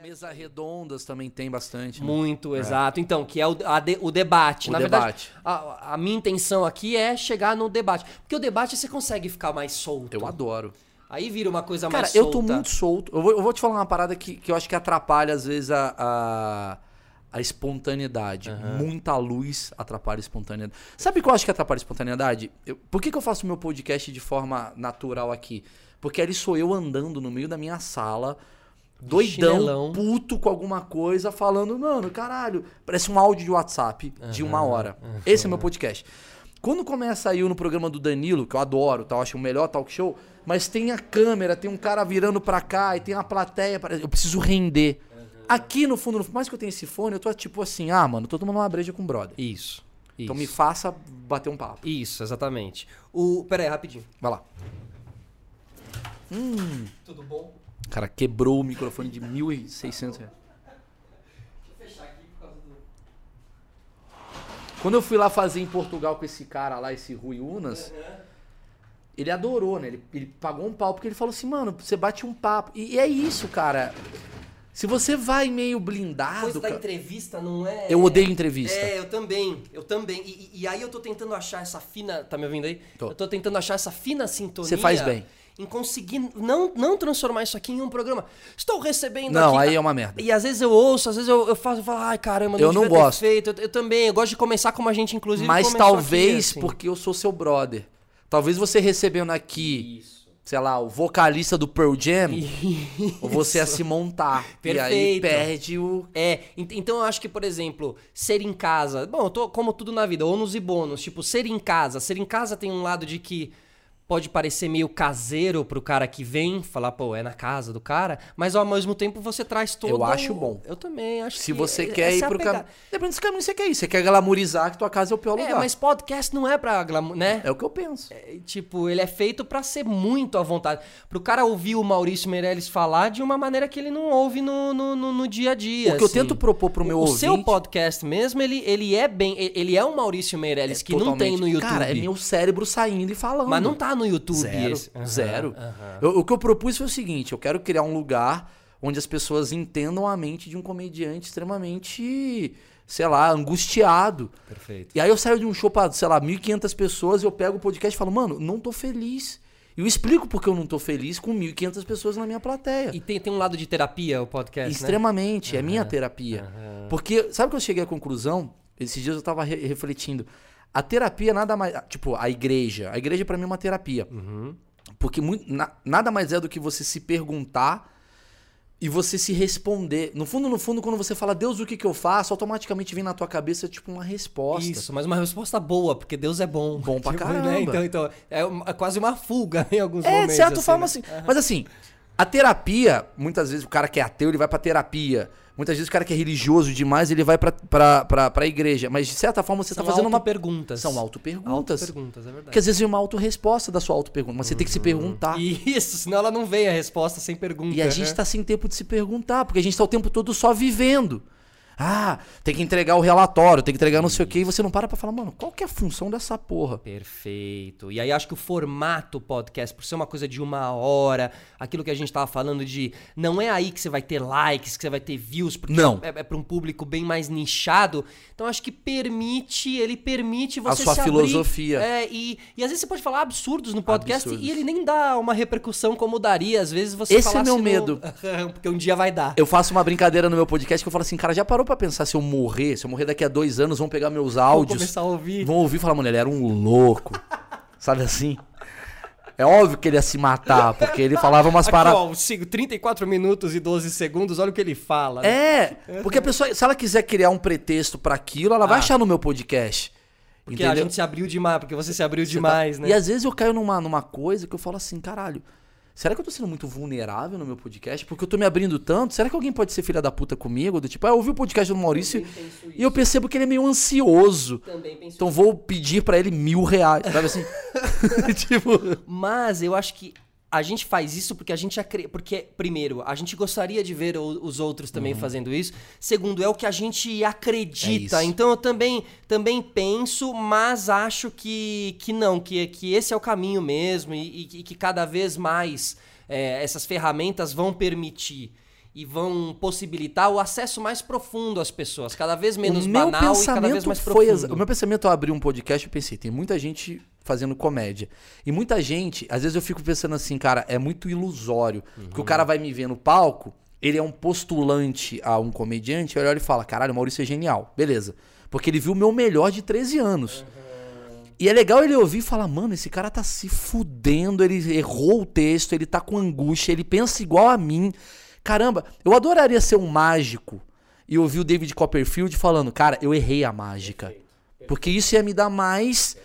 Mesa redondas também tem bastante. né? Muito, exato. Então, que é o, a de- o debate. O Na debate. verdade, a, a minha intenção aqui é chegar no debate. Porque o debate você consegue ficar mais solto. Eu adoro. Aí vira uma coisa Cara, mais eu tô solta. muito solto. Eu vou, eu vou te falar uma parada que, que eu acho que atrapalha, às vezes, a, a, a espontaneidade. Muita luz atrapalha a espontaneidade. Sabe o que eu acho que atrapalha a espontaneidade? Eu- por que, que eu faço meu podcast de forma natural aqui? Porque ali sou eu andando no meio da minha sala, doidão, chinelão. puto com alguma coisa, falando, mano, caralho, parece um áudio de WhatsApp de uma hora. Esse é meu podcast. Quando começa aí no programa do Danilo, que eu adoro, tal, acho o melhor talk show, mas tem a câmera, tem um cara virando pra cá e tem a plateia, parece- eu preciso render. Aqui no fundo, no- por mais que eu tenha esse fone, eu tô tipo assim, ah, mano, tô tomando uma breja com o brother. Isso. Então isso. me faça bater um papo. Isso, exatamente. O... Pera aí, rapidinho. Vai lá. Tudo bom? O cara quebrou o microfone de 1.600 reais. Quando eu fui lá fazer em Portugal com esse cara lá, esse Rui Unas, ele adorou, né? Ele, ele pagou um pau, porque ele falou assim, mano, você bate um papo. E, e é isso, cara. Se você vai meio Coisa blindado, da cara, entrevista não é... eu odeio entrevista. É, eu também, eu também. E, e- e aí eu tô tentando achar essa fina. Tá me ouvindo aí? Tô. Eu tô tentando achar essa fina sintonia. Você faz bem. Em conseguir não, não transformar isso aqui em um programa. Estou recebendo Não, aqui- aí é uma merda. E às vezes eu ouço, às vezes eu, eu faço, eu falo, ai caramba, não Eu não devia ter gosto. feito. Eu, eu também, eu gosto de começar como a gente, inclusive. Mas começou aqui, talvez assim. porque eu sou seu brother. Talvez você recebendo aqui, sei lá, o vocalista do Pearl Jam, ou você a se montar. E aí Perfeito. perde o. É, en- então eu acho que, por exemplo, ser em casa. Bom, eu tô como tudo na vida, ônus e bônus. Tipo, ser em casa. Ser em casa tem um lado de que pode parecer meio caseiro pro cara que vem, falar, pô, é na casa do cara, mas ao mesmo tempo você traz todo. Eu acho bom. Eu também acho Se que você é- quer essa é ir a pro pegada. caminho. Depende do caminho que você quer ir. Você quer glamourizar que tua casa é o pior É, lugar. mas podcast não é pra glamour, né? É o que eu penso. É, Tipo, ele é feito pra ser muito à vontade. Pro cara ouvir o Maurício Meirelles falar de uma maneira que ele não ouve no, no, no- no dia a dia. o que eu assim. tento propor pro meu o ouvinte. seu podcast mesmo, ele, ele é bem. e- Ele é um Maurício Meirelles que não tem totalmente- no YouTube. Cara, é meu cérebro saindo e falando. Mas não tá no YouTube Zero. Ah, esse. Aham, zero. aham. Eu- o que eu propus foi o seguinte: eu quero criar um lugar onde as pessoas entendam a mente de um comediante extremamente, sei lá, angustiado. Perfeito. E aí eu saio de um show pra, sei lá, 1.500 pessoas e eu pego o podcast e falo, mano, não tô feliz. E eu explico porque eu não tô feliz com 1.500 pessoas na minha plateia. E tem, tem um lado de terapia o podcast, né? Extremamente, é minha terapia. Porque, sabe que eu cheguei à conclusão? Esses dias eu tava re- refletindo. A terapia nada mais. Tipo, a igreja. A igreja pra mim é uma terapia. Uhum. Porque muito, na- nada mais é do que você se perguntar e você se responder. No fundo, no fundo, quando você fala, Deus, o que, que eu faço? Automaticamente vem na tua cabeça, tipo, uma resposta. Isso, mas uma resposta boa, porque Deus é bom. Bom pra Tipo, caramba. Então, então, é, uma- é quase uma fuga em alguns É, momentos. de certa assim, forma, né? assim. Mas assim, a terapia, muitas vezes o cara que é ateu, ele vai pra terapia. Muitas vezes o cara que é religioso demais, ele vai pra, pra, pra, pra igreja. Mas de certa forma, você São tá fazendo uma. perguntas. São autoperguntas. perguntas, é verdade. Porque às vezes é uma autorresposta da sua auto-pergunta. Mas você tem que se Uhum. perguntar. E, Isso, senão ela não vem a resposta sem pergunta. Ah. a gente né? tá sem tempo de se perguntar, porque a gente tá o tempo todo só vivendo. Ah, tem que entregar o relatório, tem que entregar não sei o quê. E você não para pra falar, mano, qual que é a função dessa porra? Perfeito. E aí acho que o formato podcast, por ser uma coisa de uma hora, aquilo que a gente tava falando de não é aí que você vai ter likes, que você vai ter views, porque Não. é, é para um público bem mais nichado. Então acho que permite, ele permite você sua se abrir. filosofia. É, e, e às vezes você pode falar absurdos no podcast Absurdos. e ele nem dá uma repercussão como daria. Às vezes você Esse é falasse meu no- medo. porque um dia vai dar. Eu faço uma brincadeira no meu podcast que eu falo assim, cara, já parou pra pensar se eu morrer, se eu morrer daqui a dois anos, vão pegar meus Vou áudios, começar a ouvir. vão ouvir e falar, mano, ele era um louco. Sabe assim? É óbvio que ele ia se matar, porque ele falava umas Aqui, paradas. ó, os cinco- 34 minutos e 12 segundos, olha o que ele fala. né? É, porque a pessoa, se ela quiser criar um pretexto pra aquilo, ela vai achar no meu podcast. Ah. Porque ah, a entendeu? tá- gente se abriu demais, porque você se abriu demais, né? E às vezes eu caio numa, numa coisa que eu falo assim, caralho, será que eu tô sendo muito vulnerável no meu podcast? Porque eu tô me abrindo tanto, será que alguém pode ser filha da puta comigo? Do tipo, ah, eu ouvi o podcast do Maurício e eu percebo que ele é meio ansioso. Também penso. Então vou pedir pra ele mil reais, sabe assim? tipo... Mas eu acho que a gente faz isso porque a gente acre- porque primeiro a gente gostaria de ver o- os outros também fazendo isso. Segundo é o que a gente acredita. Uhum. É isso. então eu também também penso, mas acho que que não, que que esse é o caminho mesmo e, e que- e que cada vez mais é, essas ferramentas vão permitir. e vão possibilitar o acesso mais profundo às pessoas, cada vez menos o meu banal e pensamento cada vez mais foi exa- profundo. O meu pensamento ao abrir um podcast, eu pensei, tem muita gente fazendo comédia. E muita gente, às vezes eu fico pensando assim, cara, é muito ilusório. Porque Uhum. o cara vai me ver no palco, ele é um postulante a um comediante, ele olha e fala, caralho, o Maurício é genial. Beleza. Porque ele viu o meu melhor de 13 anos. E é legal ele ouvir e falar, mano, esse cara tá se fudendo, ele errou o texto, ele tá com angústia, ele pensa igual a mim. Caramba, eu adoraria ser um mágico e ouvir o David Copperfield falando, cara, eu errei a mágica. Porque isso ia me dar mais,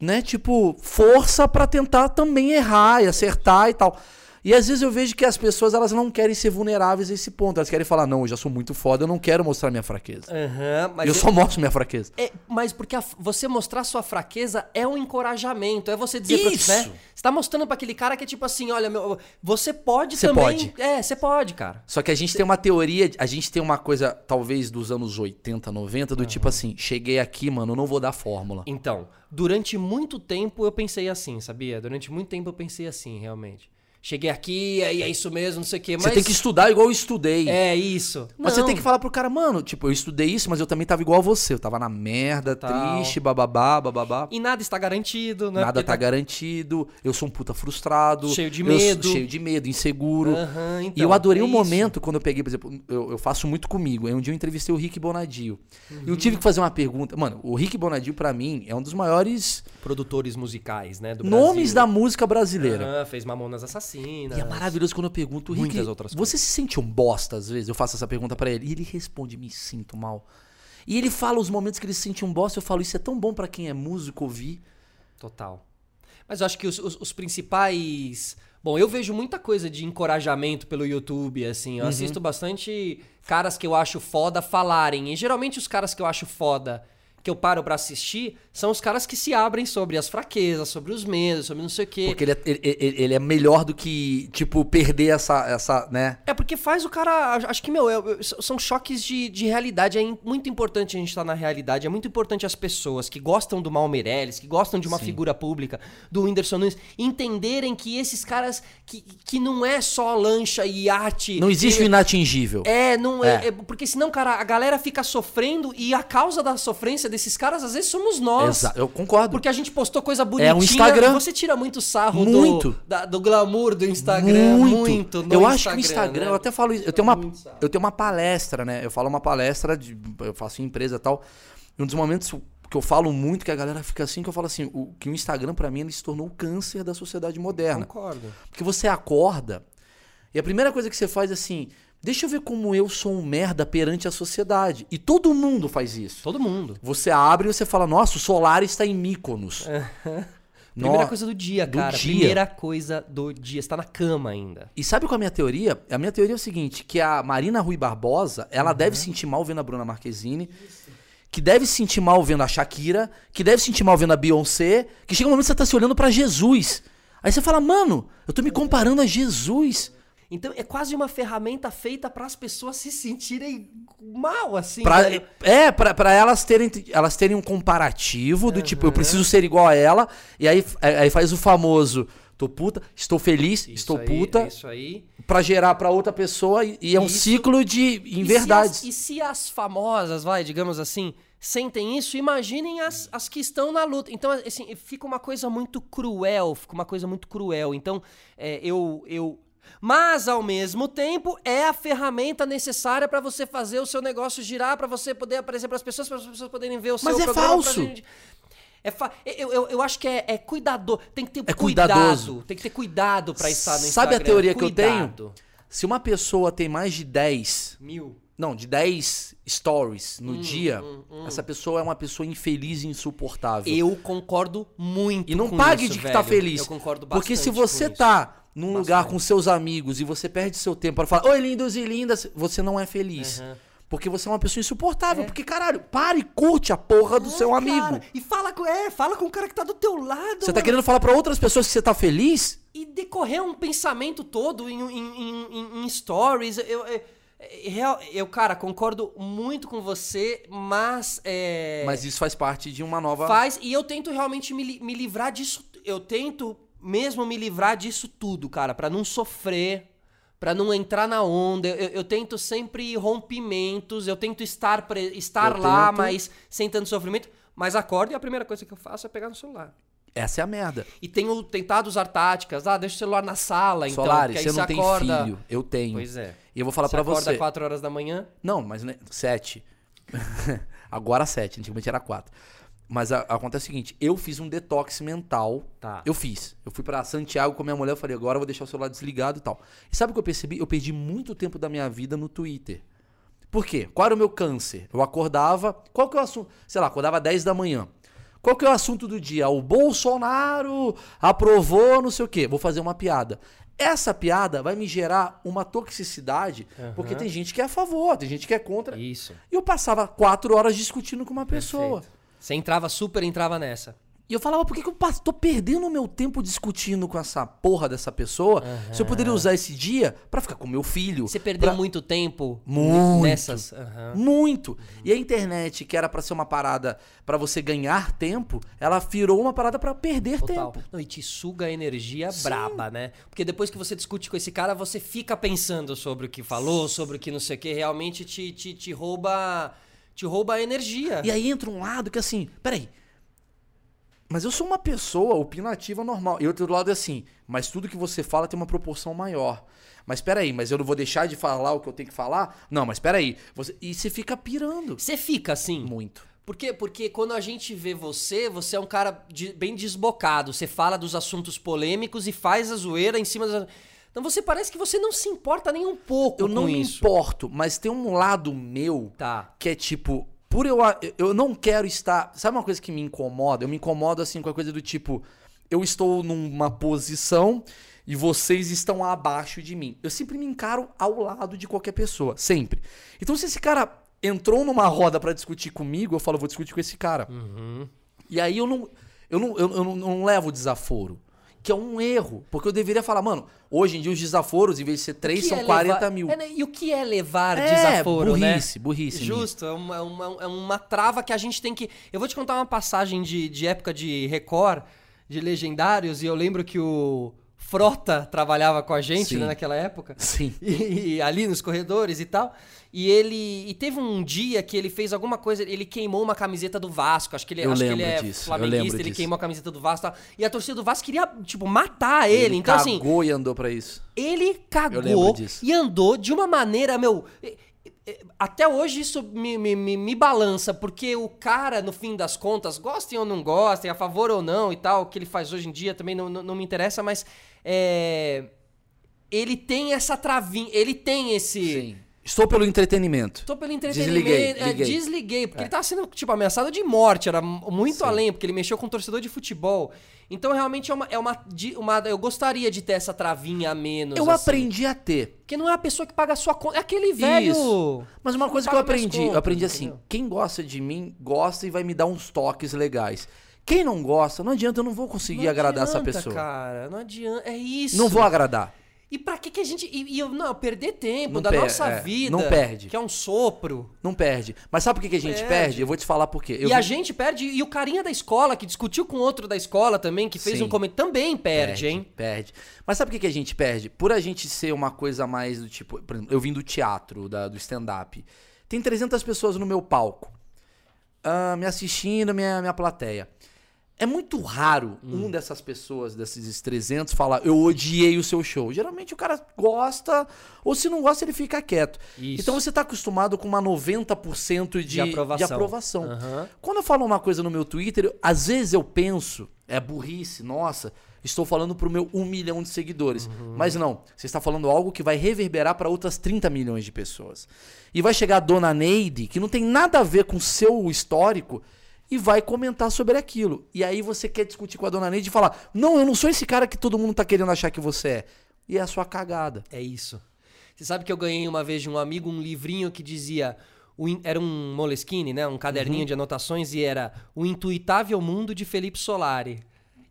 né, tipo, força pra tentar também errar e acertar e tal. E às vezes eu vejo que as pessoas, elas não querem ser vulneráveis a esse ponto. Elas querem falar, não, eu já sou muito foda, eu não quero mostrar minha fraqueza. Aham, É, mas eu só mostro minha fraqueza. É, mas porque a- você mostrar sua fraqueza é um encorajamento, é você dizer pra- Isso! né? Você tá mostrando pra aquele cara que é tipo assim, olha, meu, você pode Você também. pode. É, você pode, cara. Só que a gente tem uma teoria, a gente tem uma coisa, talvez dos anos 80, 90, do tipo assim: cheguei aqui, mano, eu não vou dar fórmula. Então, durante muito tempo eu pensei assim, sabia? Durante muito tempo eu pensei assim, realmente. Cheguei aqui, é, é isso mesmo, não sei o quê, mas Você tem que estudar igual eu estudei. é isso. Mas Não. você tem que falar pro cara, mano, tipo, eu estudei isso, mas eu também tava igual a você. Eu tava na merda, Total. triste, bababá, bababá. E nada está garantido, né? Nada Porque tá garantido, eu sou um puta frustrado. Cheio de eu sou medo. cheio de medo, inseguro. Aham, e então, eu adorei é o isso. momento quando eu peguei, por exemplo, eu, eu faço muito comigo. Aí um dia eu entrevistei o Rick Bonadio. E Uhum. eu tive que fazer uma pergunta. Mano, o Rick Bonadio, pra mim, é um dos maiores Produtores musicais, né? Do Nomes Brasil. da música brasileira. Aham, fez Mamonas Assassinas. E é maravilhoso quando eu pergunto, Rick, Muitas outras você se sente um bosta às vezes? Eu faço essa pergunta pra ele e ele responde, me sinto mal. E ele fala os momentos que ele se sente um bosta, eu falo, isso é tão bom pra quem é músico ouvir. Total. Mas eu acho que os, os- os principais. Bom, eu vejo muita coisa de encorajamento pelo YouTube, assim. Eu assisto bastante caras que eu acho foda falarem. E geralmente os caras que eu acho foda que eu paro pra assistir são os caras que se abrem sobre as fraquezas, sobre os medos, sobre não sei o quê. Porque ele é, ele- ele- ele é melhor do que, tipo, perder essa, essa né? É porque faz o cara. Acho que, meu, é- é- são choques de, de realidade. É im- muito importante a gente estar na realidade. É muito importante as pessoas que gostam do Mal Meirelles, que gostam de uma figura pública, do Whindersson Nunes, entenderem que esses caras. que, que não é só lancha e arte. Não existe o e, inatingível. é, não é, É. é, Porque senão, cara, a galera fica sofrendo e a causa da sofrência desses caras, às vezes, somos nós. Exa- eu concordo. Porque a gente postou coisa bonitinha. Instagram. Você tira muito sarro Muito. Do, da- do glamour do Instagram. Muito. no eu acho que o Instagram, né? eu até falo isso. Eu tenho, uma, Muito, sabe? eu tenho uma palestra, né? Eu falo uma palestra, de, eu faço em empresa e tal. E um dos momentos que eu falo muito, que a galera fica assim, que eu falo assim, o, que o Instagram, pra mim, ele se tornou o câncer da sociedade moderna. Concordo. Porque você acorda e a primeira coisa que você faz é assim, deixa eu ver como eu sou um merda perante a sociedade. E todo mundo faz isso. Todo mundo. Você abre e você fala, nossa, o solar está em Míconos. Primeira No- coisa do dia, do cara. dia. Primeira coisa do dia. Você tá na cama ainda. E sabe qual é a minha teoria? A minha teoria é o seguinte, que a Marina Rui Barbosa, Uhum. ela deve sentir mal vendo a Bruna Marquezine, que deve sentir mal vendo a Shakira, que deve sentir mal vendo a Beyoncé, que chega um momento que você tá se olhando pra Jesus. Aí você fala, mano, eu tô me comparando a Jesus Então é quase uma ferramenta feita para as pessoas se sentirem mal, assim. Pra- velho. é, pra, pra elas terem elas terem um comparativo do tipo, Uhum. eu preciso ser igual a ela, e aí, é, aí faz o famoso, tô puta, estou feliz, Isso estou aí, é puta, Isso aí. pra gerar pra outra pessoa, e, e é um Isso. ciclo de E se, as, inverdades. e se as famosas, vai, digamos assim, sentem isso, imaginem as, as que estão na luta. Então, assim, fica uma coisa muito cruel, fica uma coisa muito cruel. Então, é, eu, eu. Mas, ao mesmo tempo, é a ferramenta necessária pra você fazer o seu negócio girar, pra você poder aparecer pras pessoas, para as pessoas poderem ver o seu Mas é programa, pra falso. gente- É fa... eu, eu, eu acho que é, é cuidador. Tem que ter É cuidado. cuidadoso. Tem que ter cuidado pra estar no Sabe a Instagram, teoria que eu tenho? cuidado. Se uma pessoa tem mais de 10, Mil. não, de 10 stories no Hum, dia, essa pessoa é uma pessoa infeliz e insuportável. Eu concordo muito. E não com pague isso, de que velho. tá feliz. Eu concordo bastante. Porque se com você isso. tá num lugar com seus amigos e você perde seu tempo para falar, oi lindos e lindas, você não é feliz. Porque você é uma pessoa insuportável. Porque, caralho, para e curte a porra do seu É, amigo. cara, e fala com, é, fala com o cara que tá do teu lado. Você tá mano. querendo falar pra outras pessoas que você tá feliz? E decorrer um pensamento todo em, em- em- em- em stories. Eu, eu, eu- real- eu, cara, concordo muito com você, mas. É, Mas isso faz parte de uma nova. Faz. E eu tento realmente me, li- me livrar disso. Eu tento mesmo me livrar disso tudo, cara, pra não sofrer. Pra não entrar na onda, eu, eu tento sempre rompimentos, eu tento estar, pre- estar Eu lá, tento. mas sem tanto sofrimento. Mas acordo e a primeira coisa que eu faço é pegar no celular. Essa é a merda. E tenho tentado usar táticas, ah, deixa o celular na sala, então, Solares, porque aí você não tem acorda... filho. Eu tenho. Pois é. E eu vou falar você pra acorda você. 4 horas da manhã, Não, mas né, sete. Agora sete, antigamente era quatro. Mas a- acontece o seguinte, eu fiz um detox mental. Tá. Eu fiz. Eu fui pra Santiago com a minha mulher, eu falei, agora eu vou deixar o celular desligado e tal. E sabe o que eu percebi? Eu perdi muito tempo da minha vida no Twitter. Por quê? Qual era o meu câncer? Eu acordava, qual que é o assunto? Sei lá, acordava 10 da manhã. Qual que é o assunto do dia? O Bolsonaro aprovou não sei o quê. Vou fazer uma piada. Essa piada vai me gerar uma toxicidade, porque tem gente que é a favor, tem gente que é contra. E isso. eu passava quatro horas discutindo com uma pessoa. Perfeito. Você entrava super, entrava nessa. E eu falava, por que, que eu passo- tô perdendo o meu tempo discutindo com essa porra dessa pessoa? Se eu poderia usar esse dia pra ficar com meu filho. Você perdeu pra- muito tempo Muito. nessas. Aham. Uhum. Muito. E a internet, que era pra ser uma parada pra você ganhar tempo, ela virou uma parada pra perder Total. tempo. Não, e te suga a energia braba, né? Porque depois que você discute com esse cara, você fica pensando sobre o que falou, sobre o que não sei o que, realmente te, te, te rouba. Te rouba a energia. E aí entra um lado que assim, peraí. Mas eu sou uma pessoa opinativa normal. E outro lado é assim, mas tudo que você fala tem uma proporção maior. Mas peraí, mas eu não vou deixar de falar o que eu tenho que falar? Não, mas peraí. Você... E você fica pirando. Você fica assim. Muito. Por quê? Porque quando a gente vê você, você é um cara de- bem desbocado. Você fala dos assuntos polêmicos e faz a zoeira em cima das. Então você parece que você não se importa nem um pouco Eu com não me isso. importo, mas tem um lado meu Tá. que é tipo, por eu, a- eu não quero estar. Sabe uma coisa que me incomoda? Eu me incomodo assim com a coisa do tipo, eu estou numa posição e vocês estão abaixo de mim. Eu sempre me encaro ao lado de qualquer pessoa, sempre. Então se esse cara entrou numa roda pra discutir comigo, eu falo, vou discutir com esse cara. Uhum. E aí eu não, eu não, eu, eu não, não levo o desaforo. Que é um erro. Porque eu deveria falar, mano, hoje em dia os desaforos, em vez de ser três, que são é 40 levar- mil. É, né? E o que é levar É, desaforo, né? burrice, burrice minha. Justo, é uma, é uma- é uma trava que a gente tem que. Eu vou te contar uma passagem de, de época de Record, de Legendários, e eu lembro que o Frota trabalhava com a gente Sim. né, naquela época. Sim. E, e ali nos corredores e tal. E ele. E teve um dia que ele fez alguma coisa. Ele queimou uma camiseta do Vasco. Acho que ele, Eu acho que ele lembro é disso, eu lembro flamenguista, ele disso. queimou a camiseta do Vasco e tal. E a torcida do Vasco queria, tipo, matar ele. então, assim, cagou e andou pra isso. ele Eu lembro cagou disso. e andou de uma maneira, meu. eh, eh, Até hoje isso me, me, me, me balança, porque o cara, no fim das contas, gostem ou não gostem, a favor ou não e tal, o que ele faz hoje em dia também não, não, não me interessa, mas. É, ele tem essa travinha, ele tem esse. Estou pelo entretenimento. Tô pelo Desliguei, entretenimento. é, liguei. desliguei, porque ele tava sendo, tipo, ameaçado de morte, era mu- muito além, porque ele mexeu com um torcedor de futebol. Então, realmente, é uma. É uma, de- uma- eu gostaria de ter essa travinha a menos. Eu assim. aprendi a ter. Porque não é a pessoa que paga a sua conta. É aquele velho. Isso. Mas uma coisa que eu paga minhas aprendi, contas, eu aprendi assim, entendeu? quem gosta de mim, gosta e vai me dar uns toques legais. Quem não gosta, não adianta, eu não vou conseguir Não agradar essa adianta, pessoa. Cara, não adianta. É isso. Não vou agradar. E pra que que a gente. E, e eu, não, perder tempo Não da per- nossa é, vida. não perde. Que é um sopro. Não perde. Mas sabe por que, que a gente perde? Eu vou te falar por quê. Eu e a vi- um gente perde. E o carinha da escola, que discutiu com outro da escola também, que fez Sim. um comentário, também perde, hein? Perde. Mas sabe por que, que a gente perde? Por a gente ser uma coisa mais do tipo. Por exemplo, eu vim do teatro, da- do stand-up. Tem 300 pessoas no meu palco. ah, me assistindo, minha, minha plateia. É muito raro Hum. um dessas pessoas, desses 300, falar eu odiei o seu show. Geralmente o cara gosta, ou se não gosta, ele fica quieto. Isso. Então você tá acostumado com uma 90% de, De aprovação. de aprovação. Aham. Quando eu falo uma coisa no meu Twitter, eu- às vezes eu penso, é burrice, nossa, estou falando pro meu um milhão de seguidores. Mas não, você está falando algo que vai reverberar para outras 30 milhões de pessoas. E vai chegar a dona Neide, que não tem nada a ver com o seu histórico, e vai comentar sobre aquilo. E aí você quer discutir com a dona Neide e falar: não, eu não sou esse cara que todo mundo tá querendo achar que você é. E é a sua cagada. É isso. Você sabe que eu ganhei uma vez de um amigo um livrinho que dizia. o in- Era um Moleskine, né? Um Uhum. caderninho de anotações e era O Intuitável Mundo de Felipe Solari.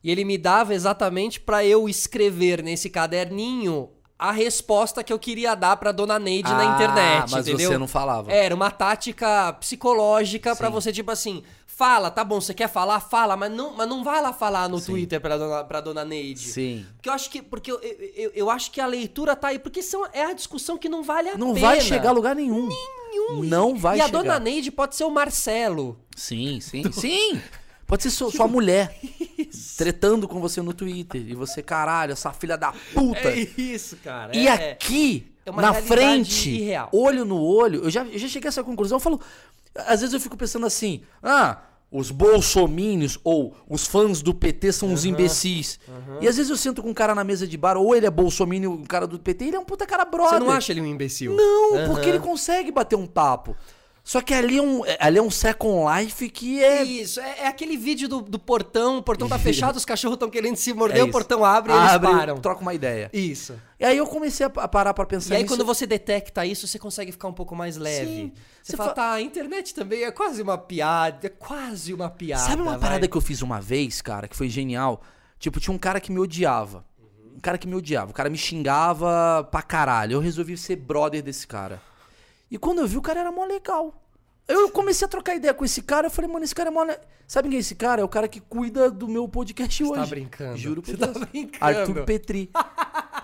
E ele me dava exatamente pra eu escrever nesse caderninho a resposta que eu queria dar pra dona Neide Ah, na internet, mas entendeu? É, você não falava. Era uma tática psicológica pra você, tipo assim, Fala, tá bom, você quer falar? Fala, mas não, mas não vai lá falar no Twitter pra dona, pra dona Neide. Sim. Porque eu acho que. Porque eu, eu, eu- eu acho que a leitura tá aí. Porque são, é a discussão que não vale a Não pena. vai chegar a lugar nenhum. Não vai E a chegar. dona Neide pode ser o Marcelo. Sim, sim, sim! Pode ser Tipo sua, sua mulher tretando com você no Twitter. E você, caralho, essa filha da puta. É isso, cara. e é- aqui, é uma na realidade frente, irreal. olho no olho, eu já, eu já cheguei a essa conclusão. Eu falo, às vezes eu fico pensando assim, ah, os bolsomínios ou os fãs do PT são uns imbecis. E às vezes eu sento com um cara na mesa de bar, ou ele é bolsomínio, um cara do PT, ele é um puta cara brother. Você não acha ele um imbecil? Não, Aham. porque ele consegue bater um papo. Só que ali é um, é- ali é um Second Life que é. Isso, é, é aquele vídeo do, do portão, o portão tá fechado, os cachorros estão querendo se morder, É o isso. portão abre, e eles param. troca uma ideia. Isso. E aí eu comecei a pa- parar pra pensar E aí, nisso. quando você detecta isso, você consegue ficar um pouco mais leve. Sim. Você, Você fala, fa- tá, a internet também é quase uma piada, é quase uma piada. Sabe uma vai. parada que eu fiz uma vez, cara, que foi genial? Tipo, tinha um cara que me odiava. Um cara que me odiava. O cara me xingava pra caralho. Eu resolvi ser brother desse cara. E quando eu vi, o cara era mó legal. Eu comecei a trocar ideia com esse cara. Eu falei, mano, esse cara é mó. le- Sabe quem é esse cara? É o cara que cuida do meu podcast Você hoje. tá brincando. Juro por Você tá Deus. brincando. Arthur Petri.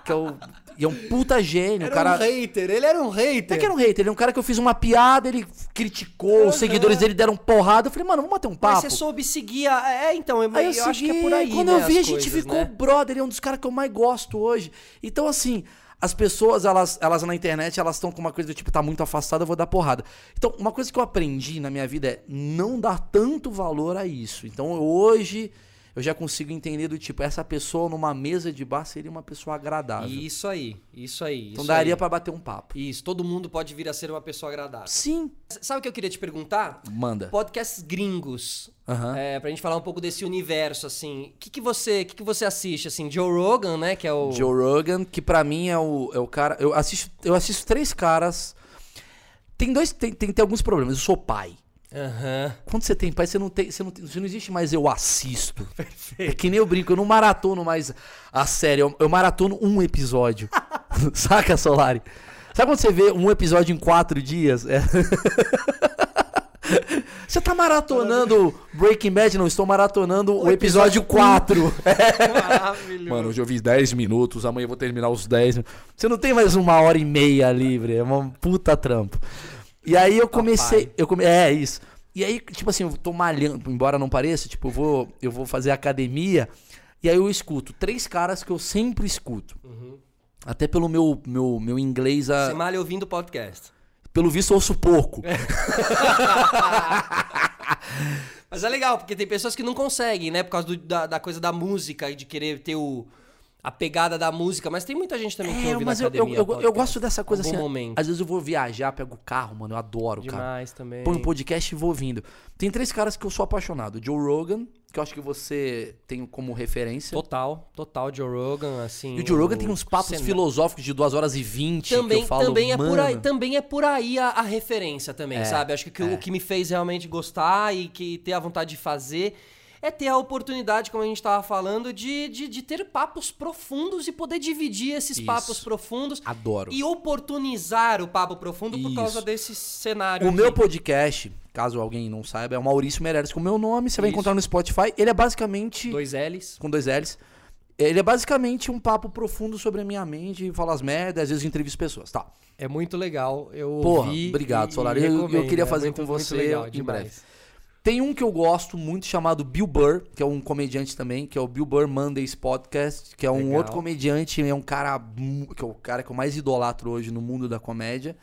que é, o... e é um puta gênio. Era o cara... um hater, ele era um Não hater. é que era um hater, ele é um cara que eu fiz uma piada, ele criticou, os seguidores dele deram porrada. Eu falei, mano, vamos bater um Mas papo. você soube seguir a... É, então, eu, Aí eu, eu acho que é segui, por aí, Quando né, eu vi, a as gente coisas, ficou né? brother, ele é um dos caras que eu mais gosto hoje. Então, assim, as pessoas, elas, elas na internet, elas estão com uma coisa do tipo, tá muito afastada, eu vou dar porrada. Então, uma coisa que eu aprendi na minha vida é não dar tanto valor a isso. Então, eu- hoje. Eu já consigo entender do tipo, essa pessoa numa mesa de bar seria uma pessoa agradável. Isso aí, isso aí. então isso daria aí. pra bater um papo. Isso, todo mundo pode vir a ser uma pessoa agradável. Sim. Sabe o que eu queria te perguntar? Manda. Podcasts gringos. Aham. É, pra gente falar um pouco desse universo, assim. O que, que você que, que você assiste, assim? Joe Rogan, né? Que é o. Joe Rogan, que pra mim é o, é o cara. Eu assisto, eu assisto três caras. Tem dois. Tem, tem, tem alguns problemas. Eu sou pai. Aham. Quando você tem pai, você não tem. Você não, tem- você não existe mais eu assisto. É que nem eu brinco, eu não maratono mais a série. Eu, eu maratono um episódio. Saca, Solari? Sabe quando você vê um episódio em quatro dias? É. Você tá maratonando Breaking Bad? Não, estou maratonando o, episódio 4. Maravilhoso. Mano, hoje eu vi 10 minutos, amanhã eu vou terminar os 10. Você não tem mais uma hora e meia livre, é uma puta trampo. E aí eu comecei, eu come... é isso. E aí, tipo assim, eu tô malhando, embora não pareça, tipo, eu vou, eu vou fazer academia e aí eu escuto três caras que eu sempre escuto. Até pelo meu meu, meu inglês a- Uhum. Você malha ouvindo podcast. pelo visto eu ouço pouco. Mas é legal, porque tem pessoas que não conseguem, né? Por causa do- da, da coisa da música e de querer ter o, a pegada da música. Mas tem muita gente também que É, ouve mas na eu, eu, academia. eu- eu podcast. gosto dessa coisa É um bom assim. momento. Às vezes eu vou viajar, pego o carro, mano, eu adoro, cara. Demais também. Põe um podcast e vou ouvindo. Tem três caras que eu sou apaixonado. Joe Rogan, que eu acho que você tem como referência. Total, total Joe Rogan, assim. E o Joe Rogan tem uns papos Senna- filosóficos de 2 horas e 20 que Também, eu falo, também, é por "Mano, É, aí, também é por aí a, a referência também, sabe? Acho que, o que o que me fez realmente gostar e que ter a vontade de fazer é ter a oportunidade, como a gente estava falando, de, de, de ter papos profundos e poder dividir esses Isso. papos profundos Adoro. e oportunizar o papo profundo por Isso. causa desse cenário. O aqui. meu podcast, caso alguém não saiba, é o Maurício Meirelles com o meu nome. Você vai Isso. encontrar no Spotify. Ele é basicamente... Dois L's. com dois L's. Ele é basicamente um papo profundo sobre a minha mente, falo as merdas, às vezes entrevisto pessoas, tá? É muito legal. Eu Porra, ouvi obrigado, e- Solar. e Eu- eu recomendo. queria É fazer muito- com muito você legal, em demais. breve. Tem um que eu gosto muito chamado Bill Burr, que é um comediante também, que é o Bill Burr Mondays Podcast, que é um Legal. outro comediante, é um cara mu- que é o cara que eu mais idolatro hoje no mundo da comédia.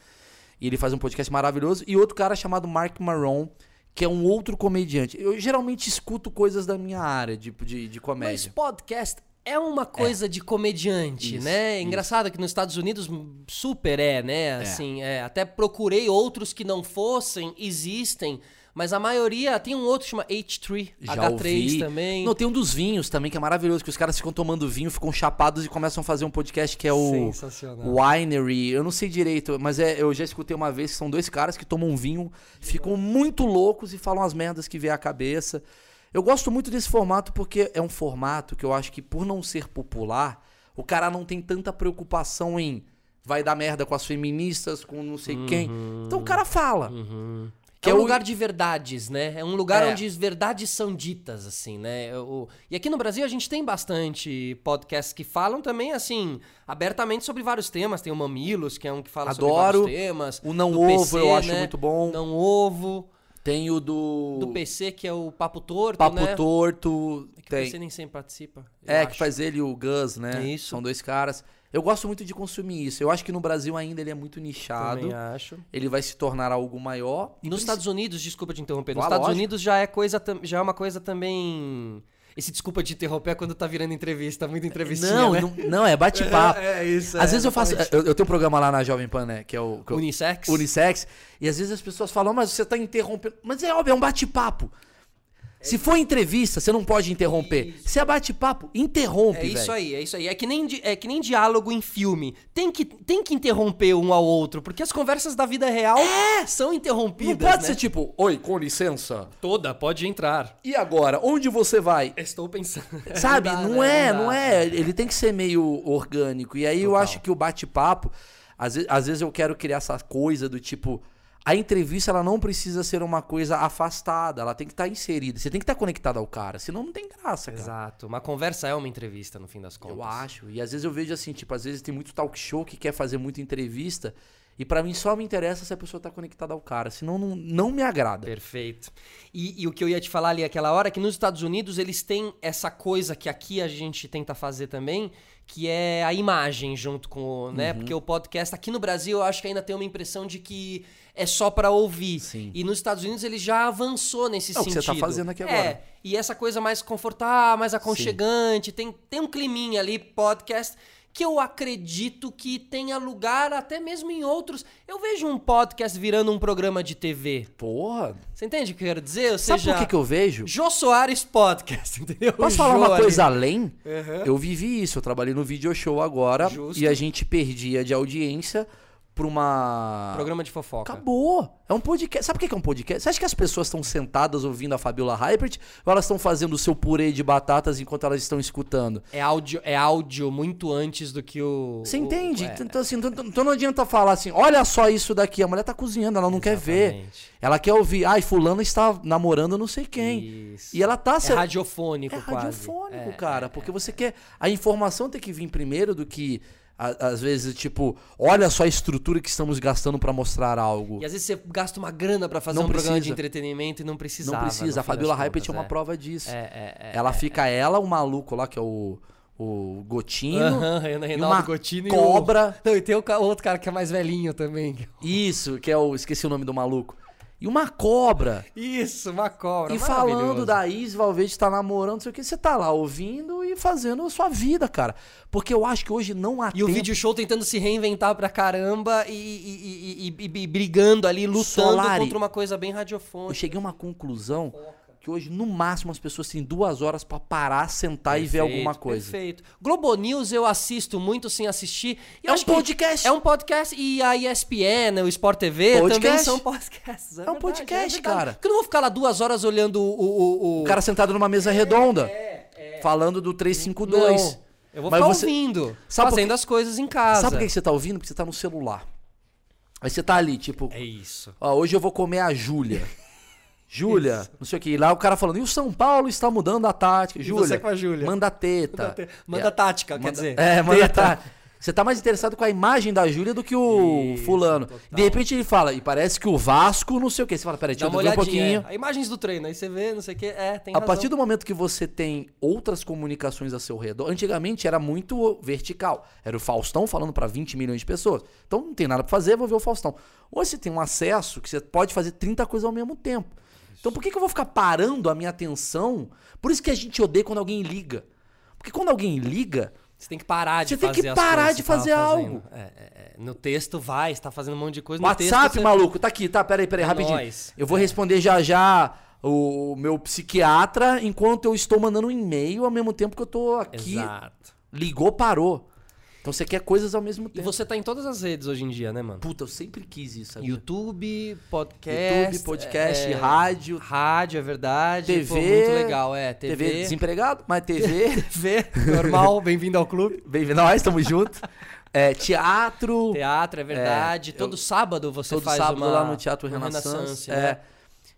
E ele faz um podcast maravilhoso e outro cara chamado Mark Maron, que é um outro comediante. Eu geralmente escuto coisas da minha área, tipo de, de Mas comédia. podcast é uma coisa de comediante, Isso, né? É isso. Engraçado que nos Estados Unidos hum, super é, né? Assim, é, até procurei outros que não fossem, existem, mas a maioria tem um outro que chama H3, Já H3 ouvi. também. Não, tem um dos vinhos também que é maravilhoso, que os caras ficam tomando vinho, ficam chapados e começam a fazer um podcast que é o Sensacional. Winery. Eu não sei direito, mas é, eu já escutei uma vez que são dois caras que tomam um vinho, ficam muito loucos e falam as merdas que vê à cabeça. Eu gosto muito desse formato porque é um formato que eu acho que por não ser popular, o cara não tem tanta preocupação Uhum. em vai dar merda com as feministas, com não sei quem. Então o cara fala. Que é um lugar de verdades, né? É um lugar onde as verdades são ditas, assim, né? O- E aqui no Brasil a gente tem bastante podcasts que falam também, assim, abertamente sobre vários temas. Tem o Mamilos, que é um que fala Adoro. sobre vários temas. O Não Do Ovo PC, eu acho né? muito bom. Não Ovo. Tem o do, Do PC, que é o Papo Torto, Papo né? Torto. Que o tem. PC nem sempre participa. eu É, que acho. faz ele e o Gus, né? Isso. São dois caras. Eu gosto muito de consumir isso. Eu acho que no Brasil ainda ele é muito nichado. Também acho. Ele vai se tornar algo maior. E Nos princi- Estados Unidos, desculpa te interromper, nos Ah, Estados lógico. Unidos já é coisa tam- já é uma coisa também. Esse desculpa te interromper é quando tá virando entrevista, muita entrevistinha, Não, né? não, não, é bate-papo. É, é isso, Às é, vezes eu faço. Eu, eu tenho um programa lá na Jovem Pan, né? Que é o. que eu- Unissex. Unissex. E às vezes as pessoas falam, mas você tá interrompendo. Mas é óbvio, é um bate-papo. É Se for entrevista, você não pode interromper. Se é bate-papo, interrompe, É isso velho. aí, é isso aí. É que nem, di- é que nem diálogo em filme. Tem que, tem que interromper um ao outro, porque as conversas da vida real são É! Não interrompidas. pode né? ser tipo, oi, com licença. toda, pode entrar. E agora, onde você vai? Estou pensando. Sabe? dá, não né? é, dá. não é. Ele tem que ser meio orgânico. E aí eu acho que o bate-papo, às vezes, às vezes eu quero criar essa coisa do tipo. A entrevista ela não precisa ser uma coisa afastada, ela tem que estar inserida. Você tem que estar conectado ao cara, senão não tem graça, cara. Exato. Uma conversa é uma entrevista, no fim das contas. Eu acho. E às vezes eu vejo assim, tipo, às vezes tem muito talk show que quer fazer muita entrevista. E pra mim só me interessa se a pessoa tá conectada ao cara. Senão não, não me agrada. Perfeito. E, e o que eu ia te falar ali aquela hora é que nos Estados Unidos eles têm essa coisa que aqui a gente tenta fazer também, que é a imagem junto com, o, Uhum. né? Porque o podcast aqui no Brasil eu acho que ainda tem uma impressão de que é só pra ouvir. Sim. E nos Estados Unidos ele já avançou nesse É o que sentido. você tá fazendo aqui É, agora. e essa coisa mais confortável, mais aconchegante, tem, tem um climinha ali, podcast, que eu acredito que tenha lugar até mesmo em outros. Eu vejo um podcast virando um programa de TV. Porra. Você entende o que eu quero dizer? Ou Sabe seja, por que, que eu vejo? Jô Soares Podcast, entendeu? Posso O falar Jô uma ali. coisa além? Eu vivi isso, eu trabalhei no video show agora Justo. e a gente perdia de audiência pra uma. Programa de fofoca. Acabou. É um podcast. Sabe o que que é um podcast? Você acha que as pessoas estão sentadas ouvindo a Fabiola Hypert ou elas estão fazendo o seu purê de batatas enquanto elas estão escutando? É áudio, é áudio muito antes do que o. Você o- entende? é, Então, assim, então- então não adianta falar assim, olha só isso daqui. A mulher tá cozinhando, ela não quer ver. Exatamente. Ela quer ouvir, ai, fulano está namorando não sei quem. Isso. E ela tá... É radiofônico, É quase. é. radiofônico, cara. porque você quer... A informação tem que vir primeiro do que, a- às vezes, tipo, olha só a estrutura que estamos gastando pra mostrar algo. É. E às vezes você gasta uma grana pra fazer Não um programa de precisa. entretenimento e não precisa. Não precisa. A Fabiola Hypert é uma prova disso. É, é, é. ela fica ela, o maluco lá, que é o, o Gotino. Aham, Renan- Reinaldo uma Gotino cobra. E o... Não, e tem o ca- outro cara que é mais velhinho também. Isso, que é o... Esqueci o nome do maluco. E uma cobra. Isso, uma cobra. E maravilhoso. falando da Is Valverde tá namorando, não sei o que, você tá lá ouvindo e fazendo a sua vida, cara. Porque eu acho que hoje não há E o vídeo show tentando se reinventar pra caramba e, e- e- e- e- e brigando ali, lutando Solari. contra uma coisa bem Eu radiofônica. cheguei a uma conclusão que hoje, no máximo, as pessoas têm duas horas pra parar, sentar e ver alguma coisa. Perfeito. Globo News eu assisto muito sem assistir. E É eu um acho que podcast. É um podcast. E a ESPN, o Sport TV também Podcast. são podcasts. É, um verdade, podcast, é verdade. cara. Porque eu não vou ficar lá duas horas olhando o. o, o- O cara sentado numa mesa redonda, falando do É, Não, 352. Eu vou Mas ficar você- ouvindo. Sabe por fazendo as coisas em casa. Sabe por que que você tá ouvindo? Porque você tá no celular. Aí você tá ali, tipo, É isso. Ó, hoje eu vou comer a Júlia. Júlia, não sei o que. E lá o cara falando, e o São Paulo está mudando a tática. você Júlia, com a Júlia. manda teta. Manda tática, quer dizer. É, manda tática. Você tá mais interessado com a imagem da Júlia do que o fulano. De repente ele fala, e parece que o Vasco, não sei o que. Você fala, peraí, deixa Dá eu uma ver um olhadinha. pouquinho. é. Imagens do treino, aí você vê, não sei o que. É, tem A razão. partir do momento que você tem outras comunicações a seu redor, antigamente era muito vertical. Era o Faustão falando pra 20 milhões de pessoas. Então não tem nada pra fazer, vou ver o Faustão. Hoje você tem um acesso que você pode fazer 30 coisas ao mesmo tempo. Então por que, que eu vou ficar parando a minha atenção? Por isso que a gente odeia quando alguém liga. Porque quando alguém liga, Você tem que parar de Você tem fazer que as parar coisas de que você fazer tava algo. fazendo. É, é, é. No texto vai, você tá fazendo um monte de coisa. No texto, WhatsApp, você- é maluco, tá aqui, tá? Peraí, peraí, rapidinho. nóis. Eu vou responder já já o meu psiquiatra enquanto eu estou mandando um e-mail ao mesmo tempo que eu tô aqui Exato. Ligou, parou. Então você quer coisas ao mesmo E tempo. você tá em todas as redes hoje em dia, né, mano? Puta, eu sempre quis isso. sabia? YouTube, podcast. YouTube, podcast, é, rádio. Rádio, é verdade. TV. Pô, muito legal, é. TV. TV. desempregado, mas TV. TV, normal, bem-vindo ao clube. Bem, nós estamos juntos. É, teatro. Teatro, é verdade. todo sábado você todo faz sábado uma... lá no Teatro uma Renaissance. né? é.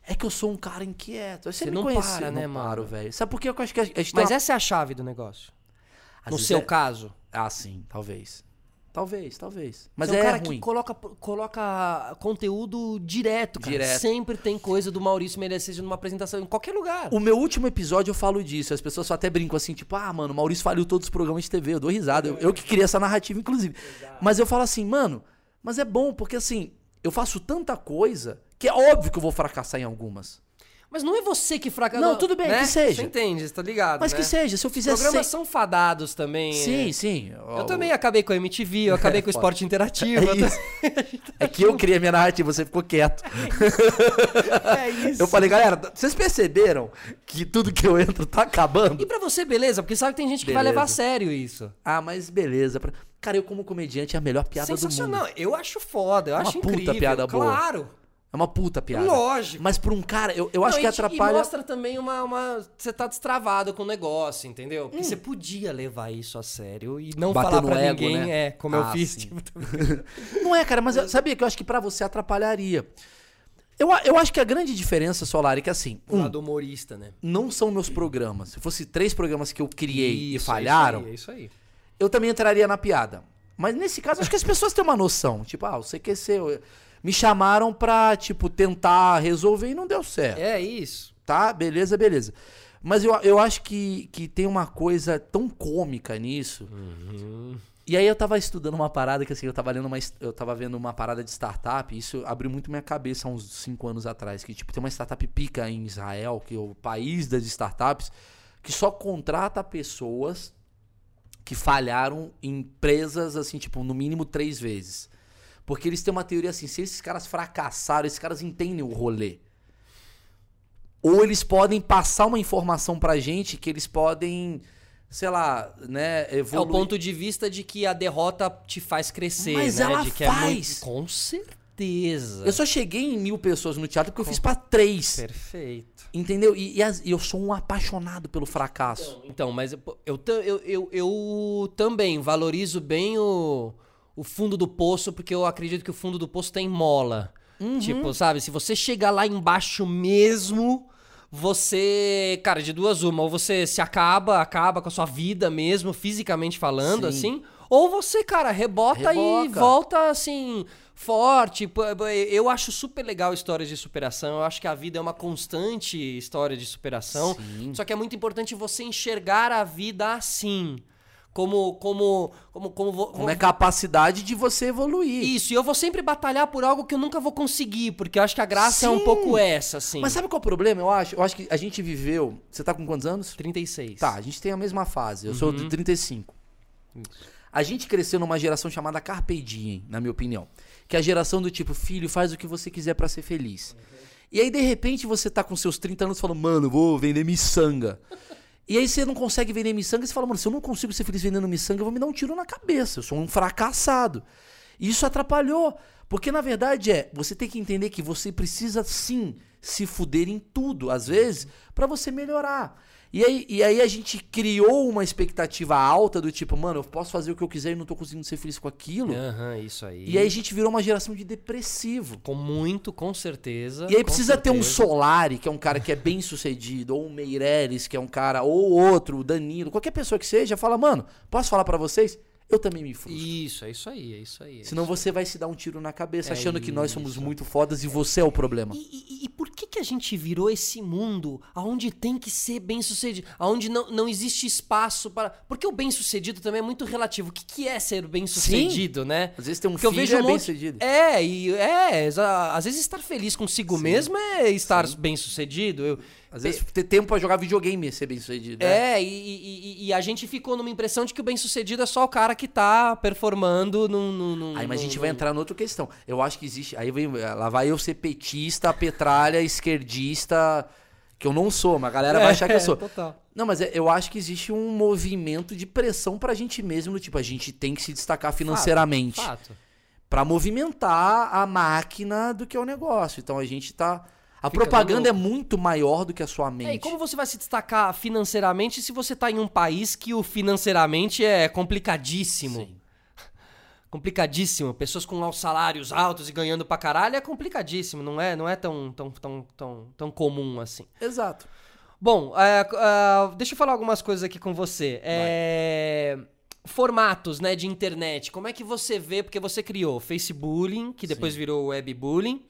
é que eu sou um cara inquieto. Você, me Você não conhece, para, eu né, não paro, mano? velho. Sabe por que eu acho que a gente tem Mas uma- essa é a chave do negócio. Às no vezes seu é- caso. Ah, sim, talvez. Talvez, talvez. Mas Você é, um cara ruim. que coloca, coloca conteúdo direto, cara. Direto. Sempre tem coisa do Maurício Meirelles numa apresentação, em qualquer lugar. O meu último episódio eu falo disso. As pessoas só até brincam assim, tipo, ah, mano, o Maurício faliu todos os programas de TV. Eu dou risada. Eu, eu que criei essa narrativa, inclusive. Mas eu falo assim, mano, mas é bom, porque assim, eu faço tanta coisa que é óbvio que eu vou fracassar em algumas. Mas não é você que fracassou. Não, tudo bem, que seja. Você entende, você tá ligado, Mas né? que seja, se eu fizer Programas cem- são fadados também. né? Sim, sim. Eu também acabei com a MTV, eu acabei com o esporte interativo. É eu tô- isso. É que eu criei minha narrativa, você ficou quieto. É isso. Eu falei, galera, vocês perceberam que tudo que eu entro tá acabando? E pra você, beleza? Porque sabe que tem gente que vai Beleza. levar a sério isso. Ah, mas beleza. pra- Cara, eu como comediante é a melhor piada do mundo. É Sensacional. Eu acho foda, eu Uma acho puta incrível. piada boa. claro. É uma puta piada. Lógico. Mas pra um cara, eu, eu acho Não, que e te- atrapalha. E mostra também uma, uma- Você tá destravado com o negócio, entendeu? Porque você podia levar isso a sério e não Hum. Bater falar no pra ego, ninguém, né? é, como Ah, eu fiz. sim. tipo, Não é, cara, mas eu- sabia que eu acho que pra você atrapalharia. Eu, a- eu acho que a grande diferença, Solar, é que assim, do um, lado humorista, né? não são meus programas. Se fosse três programas que eu criei e Isso, falharam, É isso aí. é isso aí. eu também entraria na piada. Mas nesse caso, acho que as pessoas têm uma noção. Tipo, ah, o CQC. eu- Me chamaram pra, tipo, tentar resolver e não deu certo. É isso. tá? Beleza, beleza. Mas eu, eu acho que, que tem uma coisa tão cômica nisso. E aí eu tava estudando uma parada que assim, eu tava lendo uma. es- Eu tava vendo uma parada de startup, e isso abriu muito minha cabeça há uns cinco anos atrás. Que, tipo, tem uma startup pica em Israel, que é o país das startups, que só contrata pessoas que falharam em empresas, assim, tipo, no mínimo três vezes. Porque eles têm uma teoria assim, se esses caras fracassaram, esses caras entendem o rolê ou eles podem passar uma informação pra gente que eles podem, sei lá, né, É o evoluir. ponto de vista de que a derrota te faz crescer, Mas né? ela de que faz. É muito... Com certeza. Eu só cheguei em mil pessoas no teatro porque eu fiz pra três, Perfeito. entendeu? E, e as- e eu sou um apaixonado pelo fracasso. Então, mas eu, eu, ta- eu, eu, eu também valorizo bem o, o fundo do poço, porque eu acredito que o fundo do poço tem mola. Uhum. Tipo, sabe, se você chegar lá embaixo mesmo, você, cara, de duas uma, ou você se acaba, acaba com a sua vida mesmo, fisicamente falando, Sim. assim, ou você, cara, rebota, e Reboca. volta, assim, forte. Pô, pô, Eu acho super legal histórias de superação, eu acho que a vida é uma constante história de superação. Sim. Só que é muito importante você enxergar a vida assim. Como. Como. Como. Como, vo- Como é a capacidade de você evoluir. Isso, e eu vou sempre batalhar por algo que eu nunca vou conseguir, porque eu acho que a graça é um Sim. pouco essa, assim. Mas sabe qual é o problema? Eu acho, eu acho que a gente viveu. Você tá com quantos anos? 36. Tá, a gente tem a mesma fase. Eu sou Uhum. de 35. A gente cresceu numa geração chamada Carpe Diem, na minha opinião. Que é a geração do tipo, filho, faz o que você quiser pra ser feliz. Uhum. E aí, de repente, você tá com seus 30 anos falando, mano, eu vou vender miçanga. E aí você não consegue vender miçanga e você fala, mano, se eu não consigo ser feliz vendendo miçanga, eu vou me dar um tiro na cabeça. Eu sou um fracassado. E isso atrapalhou. Porque, na verdade, é, você tem que entender que você precisa sim se fuder em tudo, às vezes, pra você melhorar. E aí, e aí a gente criou uma expectativa alta do tipo, mano, eu posso fazer o que eu quiser e não tô conseguindo ser feliz com aquilo. Aham, É, isso aí. E aí a gente virou uma geração de depressivo. Com muito, com certeza. E aí com precisa ter um certeza. Solari, que é um cara que é bem sucedido, ou um Meireles, que é um cara, ou outro, o Danilo, qualquer pessoa que seja, fala, mano, posso falar pra vocês? Eu também me frustro. Isso, é isso aí, é isso aí. é Senão isso. você vai se dar um tiro na cabeça, É achando que nós somos isso. muito fodas e você é o problema. E, e- e por que, que a gente virou esse mundo aonde tem que ser bem sucedido? Aonde não, não existe espaço para. Porque o bem sucedido também é muito relativo. O que, que é ser bem sucedido, né? Às vezes tem um Porque eu filho vejo é um bem monte- sucedido. É, e é, exa- às vezes estar feliz consigo mesmo é estar bem sucedido. Eu, Às vezes ter tempo pra jogar videogame é ser bem sucedido. né? é, e, e- e- e a gente ficou numa impressão de que o bem sucedido é só o cara que tá performando num. num, num- Aí, mas a num- gente vai entrar noutra questão. Eu acho que existe. Aí vem, eh, lá vai eu ser petista, petralha, esquerdista, que eu não sou, mas a galera É. vai achar que eu sou. Total. Não, mas é- eu acho que existe um movimento de pressão pra gente mesmo, do tipo, a gente tem que se destacar financeiramente Fato. Pra movimentar a máquina do que é o negócio. Então a gente tá a Fica propaganda é maluco. muito maior do que a sua É, e mente. como você vai se destacar financeiramente se você tá em um país que o financeiramente é complicadíssimo? Sim. complicadíssimo. Pessoas com altos salários altos e ganhando pra caralho é complicadíssimo, não é, não é tão, tão, tão, tão, tão comum assim. Exato. Bom, é, é, deixa eu falar algumas coisas aqui com você. É, formatos né, de internet, como é que você vê, porque você criou Facebook, que depois virou webbullying.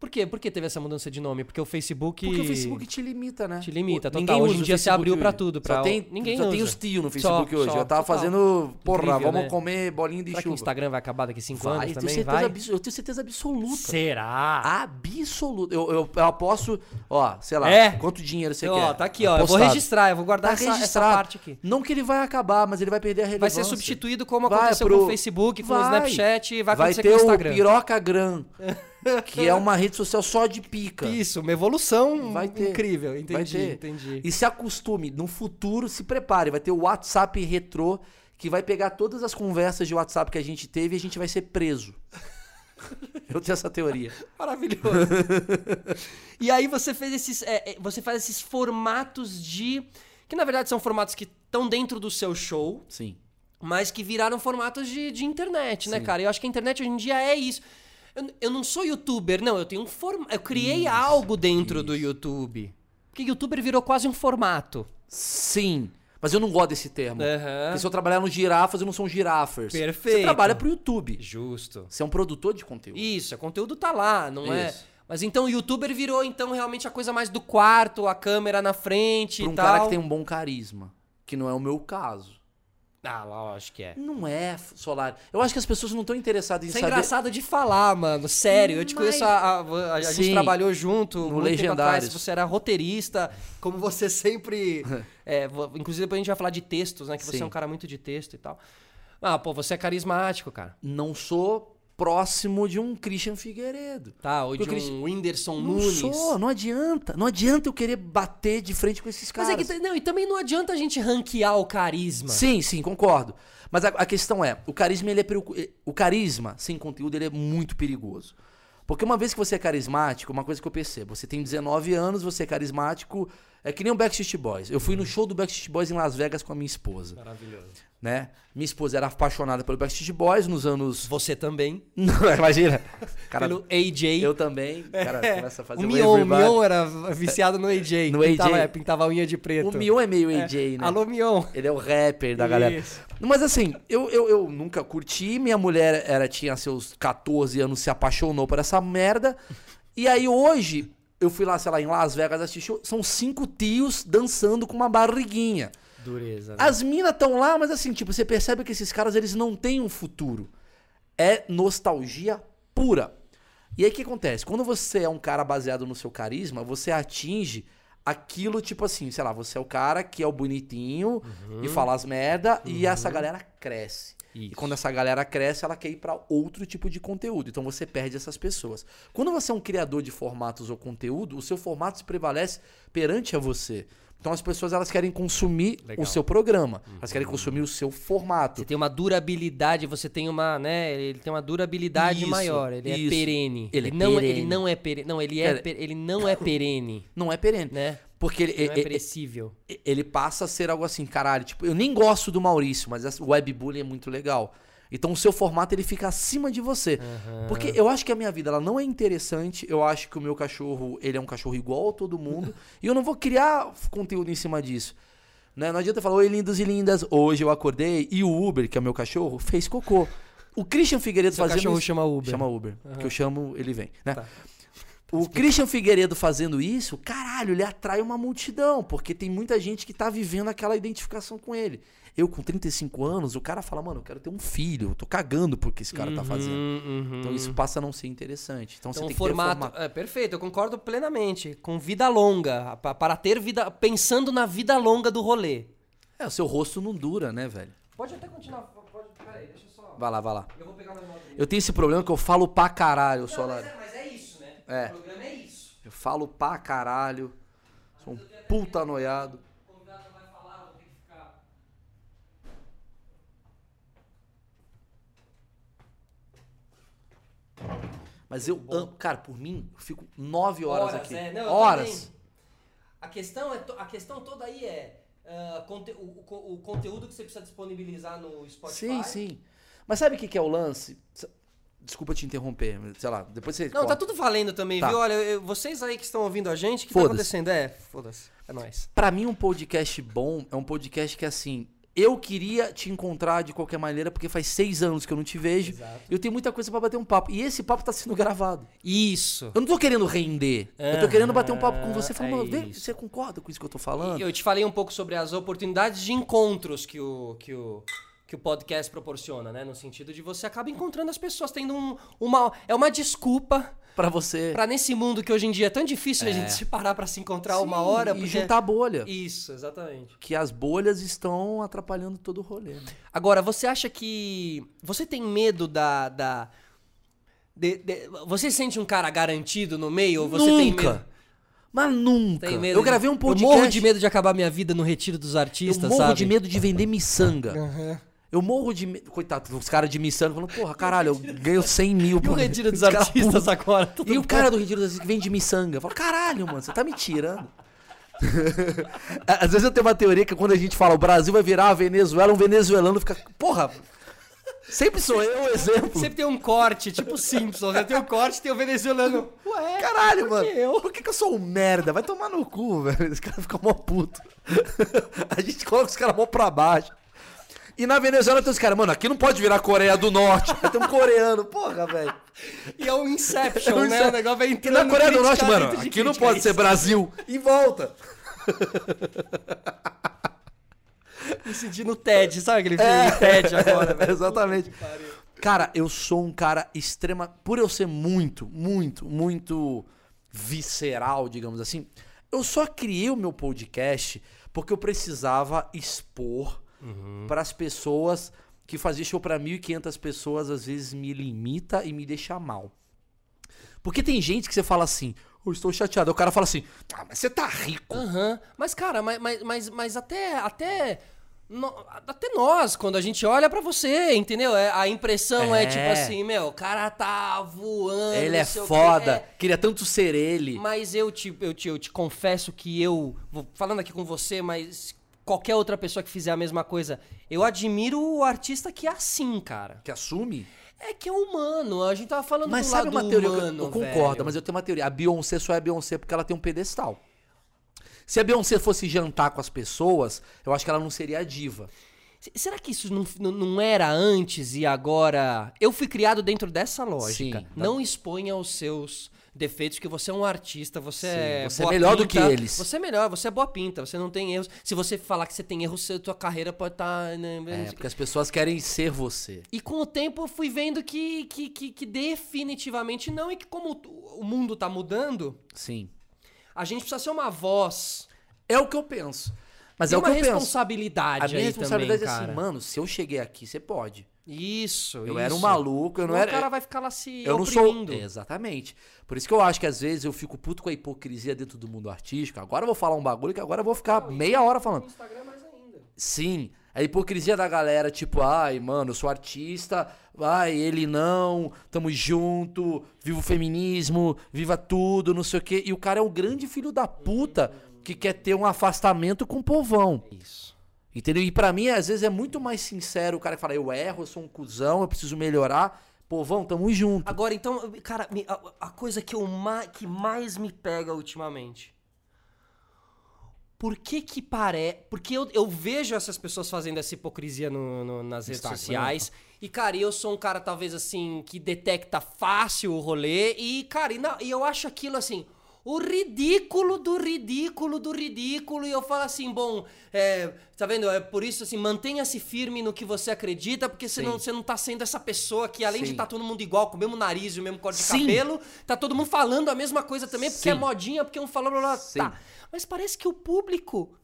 Por quê? Por que teve essa mudança de nome? Porque o Facebook. Porque o Facebook te limita, né? Te limita, total. Hoje em dia se abriu pra tudo. Pra... Só tem, Ninguém só tem usa. os tios no Facebook Só, hoje. só, eu tava total. fazendo, porra, Incrível, vamos né? comer bolinho de Será que o chuva. Instagram vai acabar daqui cinco Vai, anos eu, tenho também? certeza Vai? abso- eu tenho certeza absoluta. Ah, Será? Absoluta. Eu, eu, eu aposto, ó, sei lá, É? quanto dinheiro você quer. ó, tá aqui, ó. Eu vou Apostado. registrar, eu vou guardar Tá essa, essa registrado. parte aqui. Não que ele vai acabar, mas ele vai perder a Vai relevância. ser substituído como Vai aconteceu pro- com o Facebook, com o Vai. Snapchat, vai acontecer ter com o o Instagram. Pirocagram, que é uma rede social só de pica. Isso, uma evolução Vai ter. incrível. Entendi, Vai ter. entendi. E se acostume, no futuro se prepare, vai ter o WhatsApp retrô que vai pegar todas as conversas de WhatsApp que a gente teve e a gente vai ser preso. Eu tenho essa teoria. Maravilhoso. e aí você fez esses. é, é, você faz esses formatos de. Que na verdade são formatos que estão dentro do seu show, Sim. mas que viraram formatos de, de internet, né, Sim. cara? Eu acho que a internet hoje em dia é isso. Eu, eu não sou youtuber, não. Eu tenho um formato. Eu criei algo dentro do YouTube. Porque youtuber virou quase um formato. Sim. Mas eu não gosto desse termo. Aham. Porque se eu trabalhar nos girafas, eu não sou um girafers. Você É. Perfeito. trabalha pro YouTube. Justo. Você é um produtor de conteúdo. Isso, o conteúdo tá lá, não é? Isso. Mas então o youtuber virou então realmente a coisa mais do quarto, a câmera na frente Pra um e tal. cara que tem um bom carisma. Que não é o meu caso. um- Ah, lógico que é. Não é, Solar. Eu acho que as pessoas não estão interessadas em Isso é saber. engraçado de falar, mano. Sério, eu te Mas- conheço. A, a- a- a gente Sim. trabalhou junto no muito tempo atrás. Legendários. Você era roteirista, como você sempre. é, vo- inclusive, depois a gente vai falar de textos, né? Que você Sim. é um cara muito de texto e tal. Ah, pô, você é carismático, cara. Não sou próximo de um Christian Figueiredo. Tá, ou de Porque um eles- Whindersson Não Nunes. sou, não adianta. Não adianta eu querer bater de frente com esses Mas caras. é que. t- Não, e também não adianta a gente ranquear o carisma. Sim, sim, concordo. Mas a, a questão é, o carisma ele é perigo- eh, o carisma sem conteúdo ele é muito perigoso. Porque uma vez que você é carismático, uma coisa que eu percebo, você tem 19 anos, você é carismático, é que nem o Backstreet Boys. Eu fui Uhum. no show do Backstreet Boys em Las Vegas com a minha esposa, Maravilhoso. né? Minha esposa era apaixonada pelo Backstreet Boys nos anos Você também. Não, imagina. Cara, pelo AJ. eu também. Cara, começa a fazer um o Mion, o everybody. Mion era viciado um no AJ. No pintava, AJ. é, pintava a unha de preto. O Mion é meio É. AJ, né? Alô, Mion. Ele é o rapper da galera. Isso. Mas assim, eu, eu, eu nunca curti. Minha mulher era tinha seus 14 anos, se apaixonou por essa merda. E aí hoje, eu fui lá, sei lá, em Las Vegas assistir show. São cinco tios dançando com uma barriguinha. Dureza. né? As minas estão lá, mas assim, tipo, você percebe que esses caras, eles não têm um futuro. É nostalgia pura. E aí o que acontece? Quando você é um cara baseado no seu carisma, você atinge aquilo, tipo assim, sei lá, você é o cara que é o bonitinho e fala as merda e essa galera cresce. E Isso. quando essa galera cresce, ela quer ir pra outro tipo de conteúdo. Então você perde essas pessoas. Quando você é um criador de formatos ou conteúdo, o seu formato se prevalece perante a você. Então as pessoas elas querem consumir Legal. Uhum. o seu programa, elas querem consumir o seu formato. Você tem uma durabilidade, você tem uma, né? Ele tem uma durabilidade Isso, maior. Ele é isso. perene. Ele é não, perene. Ele não é perene. Não, ele é, Cara, per- ele não é perene, Não é perene, né? porque ele, Não é e- e- perecível. ele passa a ser algo assim, caralho, tipo, eu nem gosto do Maurício, mas essa- o webbullying é muito legal. Então o seu formato ele fica acima de você. Porque eu acho que a minha vida ela não é interessante, eu acho que o meu cachorro, ele é um cachorro igual a todo mundo, e eu não vou criar f- conteúdo em cima disso. Né? Não adianta falar, oi lindos e lindas, hoje eu acordei e o Uber, que é o meu cachorro, fez cocô. O Christian Figueiredo Seu fazendo cachorro isso- chama Uber. Tá. Chama Uber. Que eu chamo, ele vem, né? O Christian Figueiredo fazendo isso, caralho, ele atrai uma multidão, porque tem muita gente que tá vivendo aquela identificação com ele. Eu, com 35 anos, o cara fala, mano, eu quero ter um filho, eu tô cagando porque esse cara tá fazendo. Uhum, uhum. Então isso passa a não ser interessante. Então, você Então, tem que ter formato, formato. É, perfeito, eu concordo plenamente. Com vida longa, pa- para ter vida, pensando na vida longa do rolê. É, o seu rosto não dura, né, velho? Pode até continuar, pode, peraí, deixa eu só... Vai lá, vai lá. Eu vou pegar mais uma vez. Eu tenho esse problema que eu falo pra caralho, Não, Solar. mas, é, mas é isso, né? É. O programa é isso. Eu falo pra caralho. Sou um puta noiado. O convidado vai falar, eu vou ter que ficar... Mas eu amo. Cara, por mim, eu fico nove horas, aqui. é. Não, eu horas. também. A questão, é to- a questão toda aí é ah, conte- o, o co- o conteúdo que você precisa disponibilizar no Spotify. Sim, sim. Mas sabe o que, que é o lance? Desculpa te interromper, mas, sei lá, depois você. Não, corta. tá tudo valendo também, Tá. viu? Olha, eu- vocês aí que estão ouvindo a gente, o que tá Foda-se. acontecendo? É, foda-se. É nóis. Pra mim, um podcast bom é um podcast que, assim, eu queria te encontrar de qualquer maneira, porque faz seis anos que eu não te vejo. Exato. Eu tenho muita coisa pra bater um papo. E esse papo tá sendo gravado. Isso. Eu não tô querendo render. Eu tô querendo bater um papo com você. Falar, é mano, vê, isso. você concorda com isso que eu tô falando? Eu te falei um pouco sobre as oportunidades de encontros que o, que o, que o podcast proporciona, né? No sentido de você acaba encontrando as pessoas, tendo um, uma. É uma desculpa Pra você pra nesse mundo que hoje em dia é tão difícil a gente se parar pra se encontrar uma hora. e porque- juntar a bolha. Isso, exatamente. Que as bolhas estão atrapalhando todo o rolê. né? Agora, você acha que. Você tem medo da. da de- de- você sente um cara garantido no meio? Ou você tem nunca! medo? Mas nunca! Tem medo eu de- gravei um podcast. Eu morro de medo de acabar minha vida no retiro dos Eu artistas, morro sabe? de medo de vender miçanga. Aham. Eu morro de medo. Coitado, os caras de miçanga falando, porra, caralho, eu ganho 100 mil E o por retiro dos Os caras artistas agora? putos. Todo E o cara do Retiro dos Artistas que vende miçanga. Fala, caralho, mano, você tá me tirando. Às vezes eu tenho uma teoria que quando a gente fala o Brasil vai virar a Venezuela, um venezuelano fica. Porra! Sempre sou eu o exemplo. Sempre tem um corte, tipo Simpsons, né? Tem o corte, tem o venezuelano. Ué, Caralho, por mano. que eu? Por que, que eu sou um merda? Vai tomar no cu, velho. Esse cara fica mó puto. a gente coloca os caras mó pra baixo. E na Venezuela tem os caras, mano, aqui não pode virar Coreia do Norte. Aí tem um coreano, porra, velho. E é o Inception, É o né? Inception. O negócio vai E entrando. na Coreia do crítica Norte, mano, tá dentro de aqui não crítica, pode é ser isso. Brasil. E volta. Me senti no TED, sabe aquele filme TED agora, né? velho? Exatamente. Cara, eu sou um cara extrema. Por eu ser muito, muito, muito visceral, digamos assim, eu só criei o meu podcast porque eu precisava expor para as pessoas que fazia show para 1.500 pessoas, às vezes me limita e me deixa mal. Porque tem gente que você fala assim, eu estou chateado. O cara fala assim, ah, mas você tá rico. Aham. Mas, cara, mas, mas, mas, mas até. até... no- até nós, quando a gente olha pra você, entendeu? É, a impressão é. É. tipo assim, meu, o cara tá voando. Ele não é sei o quê. foda, É, queria tanto ser ele. Mas eu te, eu, te, eu te confesso que eu, vou falando aqui com você, mas qualquer outra pessoa que fizer a mesma coisa, eu admiro o artista que é assim, cara. Que assume? É que é humano, a gente tava falando Mas do sabe lado uma teoria? que eu- humano, eu concordo, velho. mas eu tenho uma teoria. A Beyoncé só é Beyoncé porque ela tem um pedestal. Se a Beyoncé fosse jantar com as pessoas, eu acho que ela não seria a diva. Se- Será que isso não, não- não era antes e agora? Eu fui criado dentro dessa lógica. Sim, tá. Não exponha os seus defeitos, que você é um artista, você Sim, é. você é melhor do que eles. Você é melhor, você é boa pinta, você não tem erros. Se você falar que você tem erros, você- tua carreira pode estar. É, porque as pessoas querem ser você. E com o tempo eu fui vendo que, que, que, que definitivamente não, e que como tu- o mundo tá mudando, Sim. a gente precisa ser uma voz. É o que eu penso. Mas e é o uma que eu penso. responsabilidade A minha aí responsabilidade também, é assim, cara. mano, se eu cheguei aqui, você pode. Isso, Eu era um isso. maluco, eu não Senão era. O cara vai ficar lá se eu não sou. oprimindo. Exatamente. Por isso que eu acho que às vezes eu fico puto com a hipocrisia dentro do mundo artístico. Agora eu vou falar um bagulho que agora eu vou ficar meia hora falando. Instagram é mais ainda. Sim, a hipocrisia da galera, tipo, ai, mano, eu sou artista, ai, ele não, tamo junto, viva o feminismo, viva tudo, não sei o quê. E o cara é o grande filho da puta que quer ter um afastamento com o povão. Isso. Entendeu? E pra mim, às vezes, é muito mais sincero o cara que fala, eu erro, eu sou um cuzão, eu preciso melhorar. Povão, tamo junto. Agora, então, cara, me- a, a coisa que, eu ma- que mais me pega ultimamente. Por que que parece... Porque eu, eu vejo essas pessoas fazendo essa hipocrisia no- no- nas redes Instagram. sociais. E, cara, eu sou um cara, talvez, assim, que detecta fácil o rolê. E, cara, e, na- e eu acho aquilo, assim... O ridículo do ridículo do ridículo. E eu falo assim, bom, é, tá vendo? É por isso, assim, mantenha-se firme no que você acredita, porque você Sim. não, você não tá sendo essa pessoa que, além de Sim. estar todo mundo igual, com o mesmo nariz e o mesmo corte de Sim. cabelo. Tá todo mundo falando a mesma coisa também, porque Sim. é modinha, porque um falou blá blá. Sim. Tá. Mas parece que o público.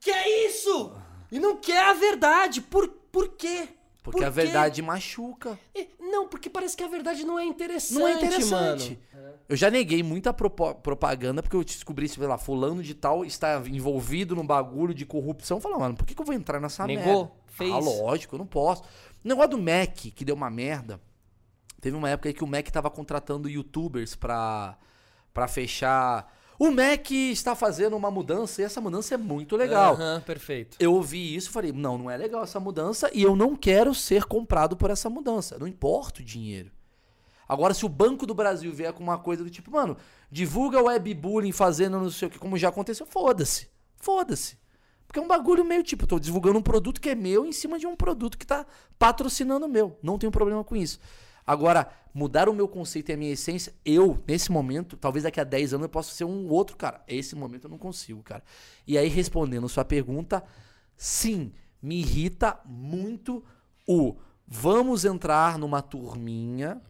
Que é isso? E não quer a verdade. Por, por quê? Porque Por a quê? verdade machuca. E- Não, porque parece que a verdade não é interessante. Não é interessante. mano. É. Eu já neguei muita propo- propaganda porque eu descobri, sei lá, fulano de tal está envolvido num bagulho de corrupção. Fala, mano, por que, que eu vou entrar nessa Negou? merda? Fez? Ah, lógico, eu não posso. O negócio do Mac, que deu uma merda. Teve uma época aí que o Mac tava contratando youtubers pra, pra fechar. O Mac está fazendo uma mudança e essa mudança é muito legal. Aham, perfeito. Eu ouvi isso e falei, não, não é legal essa mudança e eu não quero ser comprado por essa mudança. Não importa o dinheiro. Agora, se o Banco do Brasil vier com uma coisa do tipo, mano, divulga webbullying fazendo não sei o que, como já aconteceu, foda-se. Foda-se. Porque é um bagulho meio tipo, tô divulgando um produto que é meu em cima de um produto que tá patrocinando o meu. Não tenho problema com isso. Agora, mudar o meu conceito e a minha essência, eu, nesse momento, talvez daqui a 10 anos eu possa ser um outro cara. Esse momento eu não consigo, cara. E aí, respondendo sua pergunta, sim, me irrita muito o vamos entrar numa turminha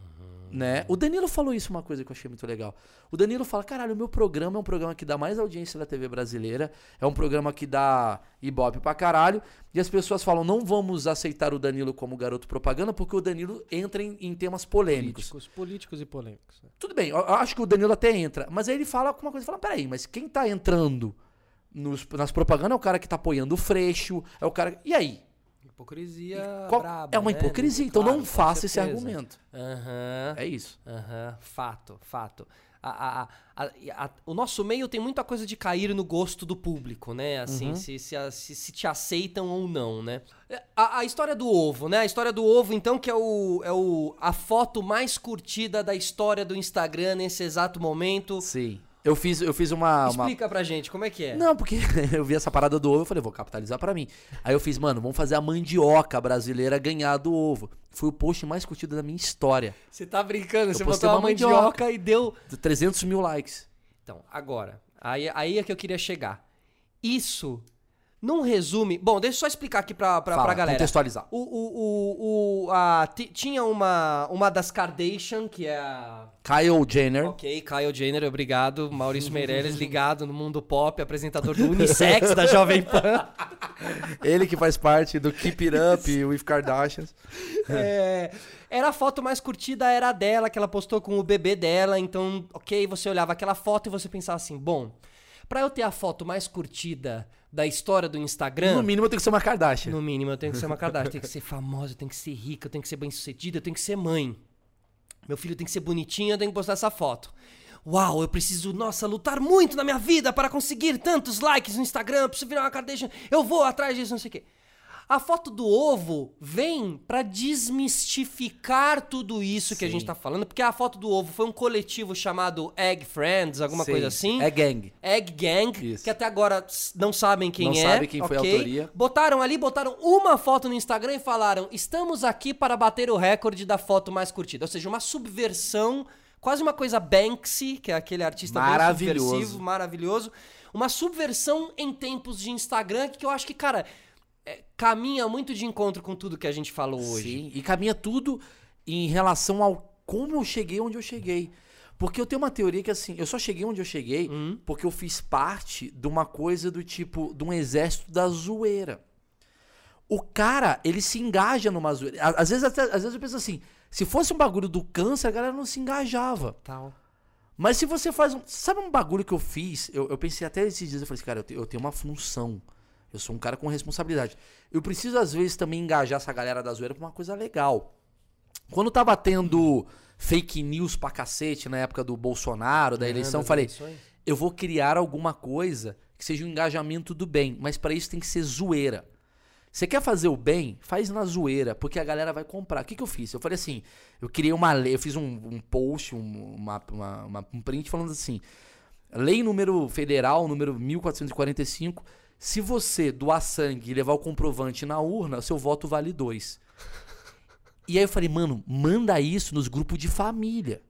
né? O Danilo falou isso uma coisa que eu achei muito legal. O Danilo fala: "Caralho, o meu programa é um programa que dá mais audiência da TV brasileira, é um programa que dá ibope pra caralho". E as pessoas falam: "Não vamos aceitar o Danilo como garoto propaganda porque o Danilo entra em, em temas polêmicos". Políticos, políticos e polêmicos. Tudo bem, eu, eu acho que o Danilo até entra, mas aí ele fala alguma coisa, fala: "Peraí, mas quem tá entrando nos- nas propagandas é o cara que tá apoiando o Freixo, é o cara E aí? Hipocrisia Qual- braba, é uma né? hipocrisia, então Claro, não com faça esse certeza. argumento. Aham. É isso. Aham, fato, fato. A- a- a- a- a- o nosso meio tem muita coisa de cair no gosto do público, né? Assim, Uhum. se, se, a- se- se te aceitam ou não, né? A, a história do ovo, né? A história do ovo, então, que é, o, é o, a foto mais curtida da história do Instagram nesse exato momento. Sim. Eu fiz, eu fiz uma- Ah, uma Explica pra gente como é que é. Não, porque eu vi essa parada do ovo, eu falei, vou capitalizar pra mim. Aí eu fiz, mano, vamos fazer a mandioca brasileira ganhar do ovo. Foi o post mais curtido da minha história. Você tá brincando, você postei botou uma uma mandioca, mandioca. e deu. 300 mil likes. Então, agora. Aí, aí é que eu queria chegar. Isso não resume. Bom, deixa eu só explicar aqui pra, pra, Fala, pra galera. Contextualizar. O, o, o, o- a, ti- tinha uma, uma das Kardashian, que é a. Kyle Jenner. Ok, Kyle Jenner, obrigado. Maurício Meirelles, ligado no mundo pop, apresentador do Unissex da Jovem Pan. Ele que faz parte do Keep It Up with Kardashians. É, era a foto mais curtida, era a dela, que ela postou com o bebê dela. Então, ok, você olhava aquela foto e você pensava assim: bom, pra eu ter a foto mais curtida da história do Instagram. No mínimo eu tenho que ser uma Kardashian. No mínimo, eu tenho que ser uma Kardashian. Eu tenho que ser famosa, eu tenho que ser rica, eu tenho que ser bem-sucedida, eu tenho que ser mãe. Meu filho tem que ser bonitinho, eu tenho que postar essa foto. Uau, eu preciso, nossa, lutar muito na minha vida para conseguir tantos likes no Instagram, eu preciso virar uma Kardashian, eu vou atrás disso, não sei o quê. A foto do ovo vem pra desmistificar tudo isso que a gente tá falando, porque a foto do ovo foi um coletivo chamado Egg Friends, alguma coisa assim. É gang. Egg Gang, Isso. que até agora s- não sabem quem Não é. sabe quem foi a ok? autoria. Botaram ali, botaram uma foto no Instagram e falaram: estamos aqui para bater o recorde da foto mais curtida. Ou seja, uma subversão, quase uma coisa Banksy, que é aquele artista bem Maravilhoso. subversivo, maravilhoso. Uma subversão em tempos de Instagram, que eu acho que, cara, é, caminha muito de encontro com tudo que a gente falou hoje. Sim, e caminha tudo em relação ao como eu cheguei onde eu cheguei. Porque eu tenho uma teoria que assim, eu só cheguei onde eu cheguei porque eu fiz parte de uma coisa do tipo, de um exército da zoeira. O cara, ele se engaja numa zoeira. Á- Às vezes, até- às vezes eu penso assim, se fosse um bagulho do câncer, a galera não se engajava. Tal. Mas se você faz um. Sabe um bagulho que eu fiz? Eu, eu pensei até esses dias, eu falei assim, cara, eu, te- eu tenho uma função. Eu sou um cara com responsabilidade. Eu preciso, às vezes, também engajar essa galera da zoeira pra uma coisa legal. Quando tava tendo fake news pra cacete na época do Bolsonaro, da eleição, eu das falei, eleições. eu vou criar alguma coisa que seja um engajamento do bem, mas pra isso tem que ser zoeira. Você quer fazer o bem? Faz na zoeira, porque a galera vai comprar. O que, que eu fiz? Eu falei assim, eu criei uma lei, eu fiz um, um post, um, uma- uma- uma- um print falando assim, lei número federal, número 1445, se você doar sangue e levar o comprovante na urna, seu voto vale dois. E aí eu falei, mano, manda isso nos grupos de família.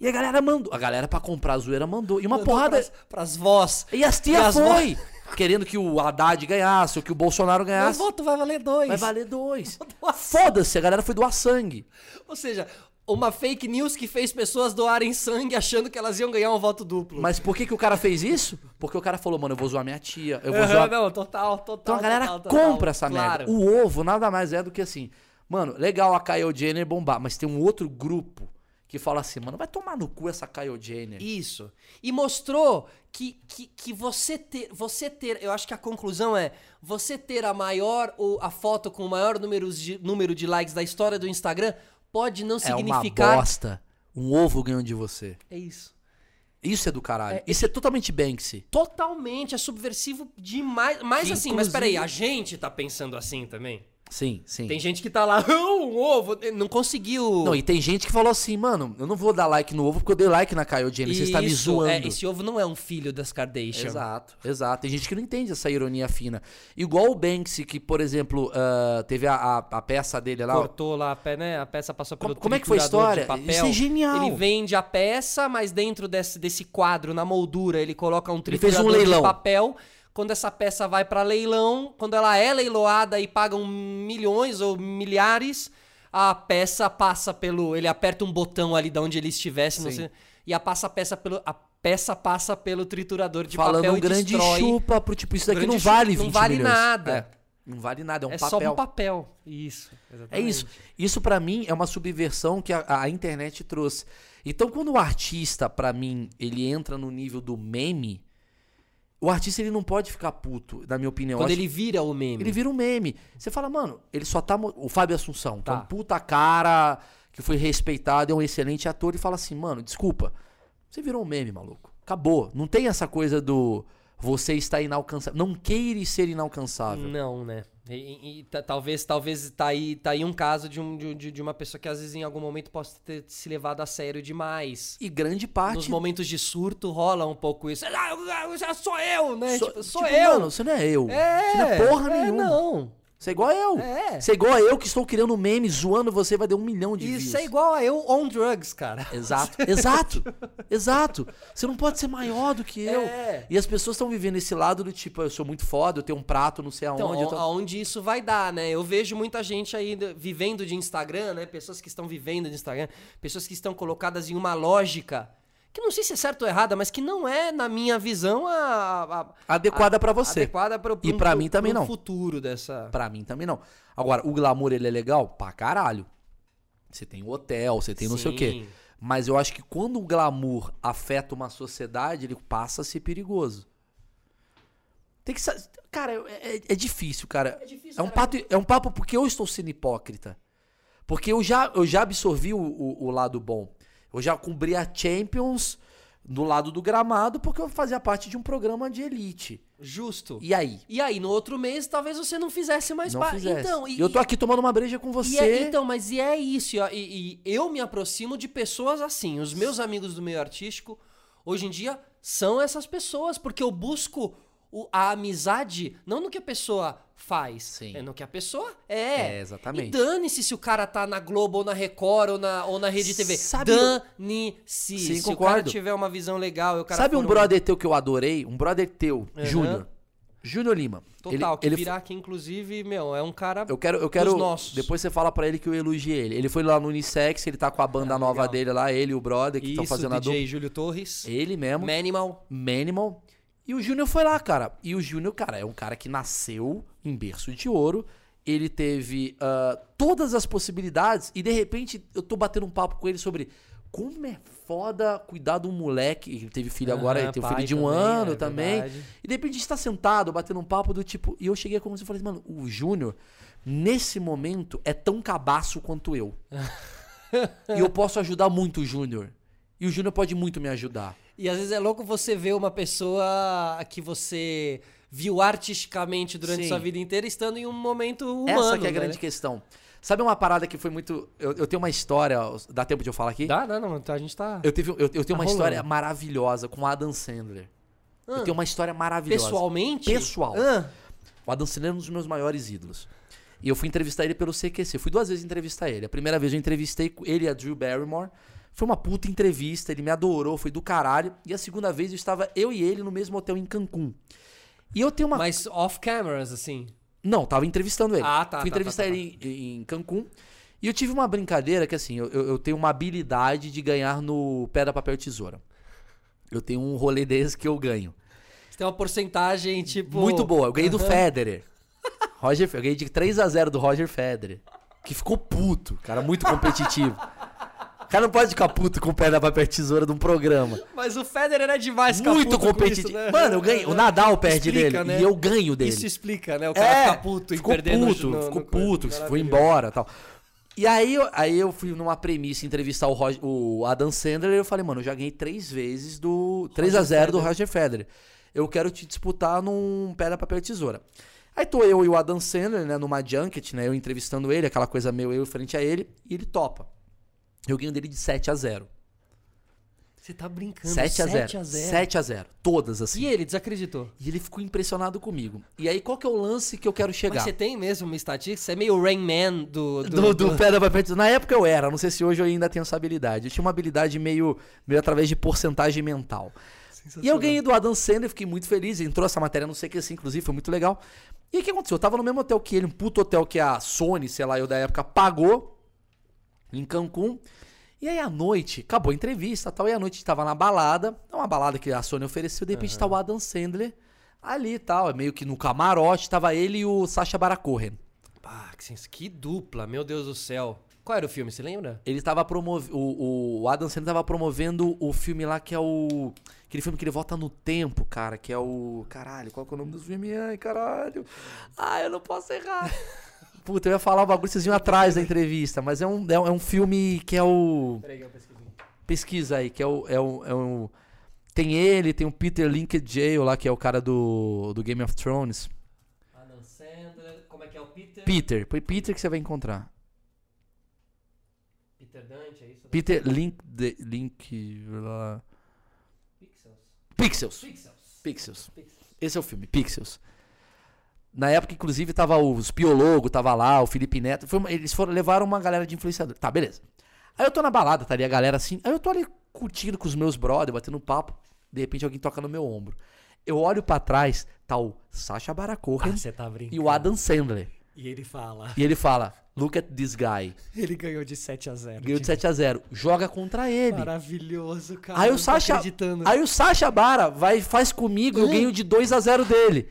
E a galera mandou. A galera pra comprar a zoeira mandou. E uma porrada... Pras, pras vós. E as E tias as foi! Querendo que o Haddad ganhasse, ou que o Bolsonaro Meu ganhasse. voto vai valer dois. Vai valer dois. doar Foda-se, a galera foi doar sangue. Ou seja, uma fake news que fez pessoas doarem sangue achando que elas iam ganhar um voto duplo. Mas por que, que o cara fez isso? Porque o cara falou, mano, eu vou zoar minha tia, eu vou Aham, zoar. não, total, Então total. a galera total, total, compra essa merda. claro. O ovo nada mais é do que assim, mano, legal a Kyle Jenner bombar, mas tem um outro grupo que fala assim, mano, vai tomar no cu essa Kyle Jenner. Isso. E mostrou que, que, que você ter. Você ter. Eu acho que a conclusão é você ter a maior ou a foto com o maior número de, número de likes da história do Instagram pode não é uma significar. bosta. Um ovo ganhou de você. É isso. Isso é do caralho. isso é totalmente Banksy. Totalmente, é subversivo demais. Mas Que, assim, mas peraí, inclusive- a gente tá pensando assim também? Sim, sim. Tem gente que tá lá, "Ah, um ovo, não conseguiu. Não, e tem gente que falou assim, mano, eu não vou dar like no ovo porque eu dei like na Kyle Jenner, você está me Isso, zoando. é, esse ovo não é um filho das Kardashian. Exato, exato. Tem gente que não entende essa ironia fina. Igual o Banksy, que, por exemplo, ah, teve a, a, a peça dele lá. Cortou lá a, pe- né, a peça, passou pelo Como- como é que foi a triturador de história? papel. Isso é genial. Ele vende a peça, mas dentro desse, desse quadro, na moldura, ele coloca um Ele fez um triturador de leilão. papel. Quando essa peça vai pra leilão, quando ela é leiloada e pagam milhões ou milhares, a peça passa pelo, ele aperta um botão ali de onde ele estivesse, não Sim. sei, e a passa peça pelo a peça passa pelo triturador de falando papel um grande e destrói. chupa pro tipo, isso daqui Grande não vale chu- 20 Não vale milhões. nada. É, não vale nada, é um É, papel. só um papel. Isso. É isso. Isso pra mim é uma subversão que a, a internet trouxe. Então, quando o artista, pra mim, ele entra no nível do meme, o artista ele não pode ficar puto, na minha opinião. Quando Eu acho- ele vira o meme. ele vira um meme. Você fala, mano, ele só tá. mo- O Fábio Assunção, que é Tá. um puta cara, que foi respeitado, é um excelente ator, e fala assim, mano, desculpa, você virou um meme, maluco. Acabou. Não tem essa coisa do você está inalcançável. Não queira ser inalcançável. Não, né? E, e- e ta- talvez, talvez tá aí, tá aí um caso de, um, de, de- de uma pessoa que às vezes em algum momento possa ter se levado a sério demais. E grande Nos parte. momentos de surto rola um pouco isso. Ah, eu- eu- eu- sou eu, né? sou- Tipo, sou tipo, eu. Mano, você não é eu. é, você não é porra é, nenhuma. Não. Você é igual eu. É. Você é igual eu que estou criando um meme, zoando você, vai dar um milhão de views. Isso é igual a eu on drugs, cara. Exato, exato, exato. Você não pode ser maior do que eu. É. E as pessoas estão vivendo esse lado do tipo, eu sou muito foda, eu tenho um prato, não sei aonde. Então, eu tô- aonde isso vai dar, né? Eu vejo muita gente aí do- vivendo de Instagram, né? Pessoas que estão vivendo de Instagram, pessoas que estão colocadas em uma lógica que não sei se é certo ou errada, mas que não é, na minha visão, a, a- Adequada pra você. adequada para E pra mim também não. futuro dessa. Pra mim também não. Agora, o glamour ele é legal? Pra caralho. Você tem o hotel, você tem não sei o quê. Sim. Mas eu acho que quando o glamour afeta uma sociedade, ele passa a ser perigoso. Tem que. sa- Cara, eu- é, é- é difícil, cara. É, difícil, um pato, é um papo porque eu estou sendo hipócrita. Porque eu já, eu já absorvi o, o- o lado bom. Eu já cumpri a Champions do lado do gramado porque eu fazia parte de um programa de elite. Justo. E... E aí? aí, no outro mês, talvez você não fizesse mais não pa- fizesse. Então, e, eu tô aqui tomando uma breja com E você. é- então, mas e é isso. e ó, E, e eu me aproximo de pessoas assim. Os meus amigos do meio artístico, hoje em dia, são essas pessoas, porque eu busco o- a amizade não no que a pessoa faz, Sim. é no que a pessoa é. É, exatamente. E dane-se se o cara tá na Globo ou na Record ou na, ou na Rede TV. Sabe- Dane-se. Sim, se o cara concordo. tiver uma visão legal, e o cara Sabe for um brother teu que eu adorei? Um brother teu, Júnior. Júnior Lima. um Total, que ele, ele virar aqui, inclusive, meu, é um cara. Eu quero, eu quero. Dos nossos. Depois você fala pra ele que eu elogiei ele. Ele foi lá no Unissex, ele tá com a banda Ah, nova legal. dele lá, ele e o brother que Isso, estão fazendo a dupla. DJ Júlio Torres. Ele mesmo, Manimal. Manimal. E o Júnior foi lá, cara. E o Júnior, cara, é um cara que nasceu em berço de ouro. Ele teve ah, todas as possibilidades e de repente eu tô batendo um papo com ele sobre como é foda cuidar de um moleque. Ele teve filho agora, Aham, ele tem um pai filho de um também, ano é também. verdade. E de repente a gente tá sentado, batendo um papo do tipo. E eu cheguei como se eu falei, mano, o Júnior, nesse momento, é tão cabaço quanto eu. e eu posso ajudar muito o Júnior. E o Júnior pode muito me ajudar. E às vezes é louco você ver uma pessoa que você viu artisticamente durante Sim. sua vida inteira estando em um momento humano. Essa que é a né? grande questão. Sabe uma parada que foi muito. Eu, eu tenho uma história. Dá tempo de eu falar aqui? Dá, dá, não. A gente tá. Eu, teve, eu, eu tenho uma rolando. Ah. história maravilhosa com o Adam Sandler. Eu tenho uma história maravilhosa. Pessoalmente? Pessoal. Ah, O Adam Sandler é um dos meus maiores ídolos. E eu fui entrevistar ele pelo CQC. Eu fui duas vezes entrevistar ele. A primeira vez eu entrevistei com ele e a Drew Barrymore. Foi uma puta entrevista, ele me adorou, foi do caralho. E a segunda vez eu estava eu e ele no mesmo hotel em Cancún. E eu tenho uma mas off cameras, assim. Não, tava entrevistando ele. Ah, tá, tá, Fui entrevistar tá, tá, ele em, em Cancún. E eu tive uma brincadeira que, assim, eu, eu eu tenho uma habilidade de ganhar no pedra, papel e tesoura. Eu tenho um rolê desse que eu ganho. Você tem uma porcentagem, tipo. Muito boa. Eu ganhei do Federer. Roger, Fe- eu ganhei de 3x0 do Roger Federer. Que ficou puto. Cara, muito competitivo. O cara não pode ficar puto com pedra, papel e tesoura de um programa. Mas o Federer é demais, cara. muito competitivo. Mano, eu ganhei. O Nadal perde né? Explica, dele. né? E eu ganho dele. É, Isso explica, né? O cara fica puto e ficou perdendo puto, no- no- ficou no- puto, foi embora tal. E aí, eu- aí eu fui numa premissa entrevistar o, Roger- o Adam Sandler e eu falei, mano, eu já ganhei três vezes do, do 3 a 0 do Roger Federer. Eu quero te disputar num pedra, papel e tesoura. Aí tô eu e o Adam Sandler, né, numa junket, né, eu entrevistando ele, aquela coisa meio eu frente a ele, e ele topa. Eu ganho dele de 7 a 0. Você tá brincando. 7 a 0. 7 a 0. Todas assim. E ele desacreditou. E ele ficou impressionado comigo. E aí qual que é o lance que eu quero chegar? Mas você tem mesmo uma estatística? Você é meio Rain Man do... Do, do, do pedra, papel e tesoura. Na época eu era, não sei se hoje eu ainda tenho essa habilidade. Eu tinha uma habilidade meio, meio através de porcentagem mental. E eu ganhei do Adam Sandler, fiquei muito feliz. Entrou essa matéria, não sei o que assim, inclusive, foi muito legal. E o que aconteceu? Eu tava no mesmo hotel que ele, um puto hotel que a Sony, sei lá, eu da época, pagou em Cancún. E aí à noite, acabou a entrevista tal, e à noite a gente tava na balada, É uma balada que a Sony ofereceu, de repente tá o Adam Sandler ali e tal, é meio que no camarote, tava ele e o Sacha Baron Cohen. Pá, que, sens- que dupla, meu Deus do céu. Qual era o filme, você lembra? Ele tava promovendo. O, o Adam Sandler tava promovendo o filme lá que é o. Aquele filme que ele volta no tempo, cara, que é o. Caralho, qual que é o nome do filme? Ai, caralho. Ai, eu não posso errar. Puta, eu ia falar o bagulho, vocês iam atrás da entrevista, mas é um, é um, é um filme que é o. Peraí que eu pesquisei. Pesquisa aí, que é o. É o, é o tem ele, tem o Peter Linked lá, que é o cara do, do Game of Thrones. Adam Sandler, como é que é o Peter? Peter, foi Peter que você vai encontrar. Peter Dante, é isso? Peter Link. de- Link. lá. Pixels. Pixels. Pixels. Pixels. Pixels. Esse é o filme, Pixels. Na época, inclusive, tava os Piologo, tava lá, o Felipe Neto. Foi uma- eles foram, levaram uma galera de influenciador. Tá, beleza. Aí eu tô na balada, tá ali a galera assim. Aí eu tô ali curtindo com os meus brother, batendo um papo. De repente alguém toca no meu ombro. Eu olho pra trás, tá o Sacha Baron Cohen Ah, você tá brincando. e o Adam Sandler. E ele fala. E ele fala, look at this guy. Ele ganhou de 7 a 0. Ganhou de 7 a 0 Joga contra ele. Maravilhoso, cara. Aí eu o Tá não tô Sacha, acreditando. aí o Sacha Bara vai faz comigo, eu Hum. ganho de 2 a 0 dele.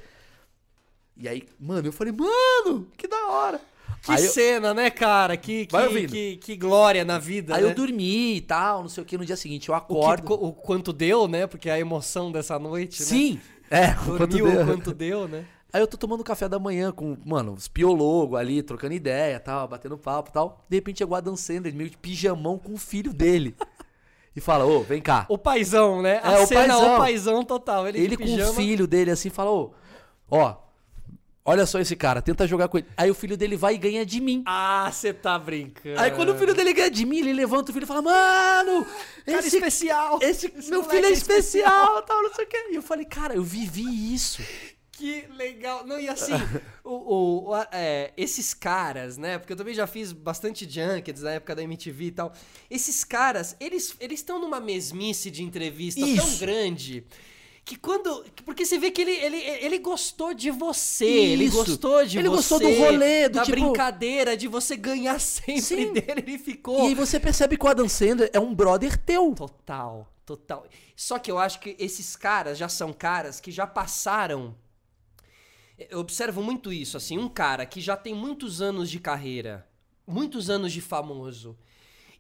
E aí, mano, eu falei: "Mano, que da hora". Que aí eu, cena, né, cara? Que, Vai que, ouvindo. que, que glória na vida. aí né? eu dormi e tal, não sei o que, no dia seguinte eu o, que- acordo. o quanto deu, né? Porque a emoção dessa noite. né? Sim. É, o quanto Dormiu deu. o quanto deu, né? Aí eu tô tomando café da manhã com, mano, os piologos ali, trocando ideia, tal, batendo papo, tal. De repente chegou a Dan Sandler, meio de pijamão com o filho dele. e fala: "Ô, vem cá". O paizão, né? A É, o cena, paizão. o paizão total. Ele, de Ele com pijama, o filho dele assim falou: Ó, olha só esse cara, tenta jogar com ele. Aí o filho dele vai e ganha de mim. Ah, você tá brincando. Aí quando o filho dele ganha de mim, ele levanta o filho e fala: Mano, Cara esse, especial. esse, Esse meu moleque filho é é especial, tal, não sei o quê. E eu falei: Cara, eu vivi isso. Que legal. Não, e assim, o, o- o- a- é, esses caras, né? Porque eu também já fiz bastante junkets na época da MTV e tal. Esses caras, eles eles estão numa mesmice de entrevista tão Isso. grande que quando. Porque você vê que ele, ele, ele gostou de você. Ele Isso. gostou de Ele você. gostou do rolê, do da tipo- brincadeira, de você ganhar sempre Sim. dele. Ele ficou. E aí você percebe que o Adam Sandler é um brother teu. Total, total. Só que eu acho que esses caras já são caras que já passaram. Eu observo muito isso, assim, um cara que já tem muitos anos de carreira, muitos anos de famoso,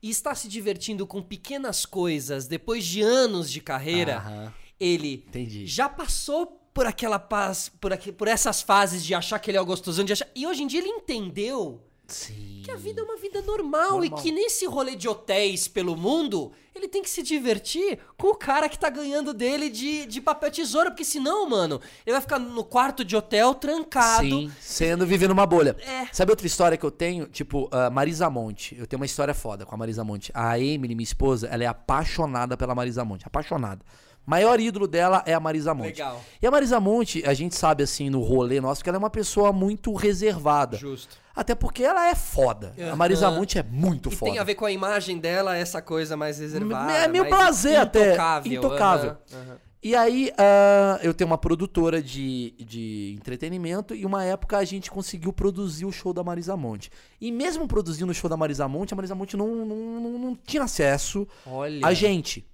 e está se divertindo com pequenas coisas depois de anos de carreira, Aham. ele Ah, Entendi. já passou por aquela paz, por, aque- por essas fases de achar que ele é o gostosão, de achar, e hoje em dia ele entendeu Sim. que a vida é uma vida normal, e Normal. que nesse rolê de hotéis pelo mundo, ele tem que se divertir com o cara que tá ganhando dele de, de papel tesoura, porque senão, mano, ele vai ficar no quarto de hotel trancado. Sim, sendo vivendo uma bolha. É. Sabe outra história que eu tenho? Tipo, a Marisa Monte. Eu tenho uma história foda com a Marisa Monte. A Emily, minha esposa, ela é apaixonada pela Marisa Monte. Apaixonada. Maior ídolo dela é a Marisa Monte. Legal. E a Marisa Monte, a gente sabe assim no rolê nosso que ela é uma pessoa muito reservada. Justo. Até porque ela é foda. A Marisa Aham. Monte é muito E foda. tem a ver com a imagem dela, essa coisa mais reservada. É meio mais blasé até, intocável, intocável. aham, aham. E aí, ah, eu tenho uma produtora de, de entretenimento e uma época a gente conseguiu produzir o show da Marisa Monte. E mesmo produzindo o show da Marisa Monte, a Marisa Monte não, não, não, não tinha acesso Olha. a gente.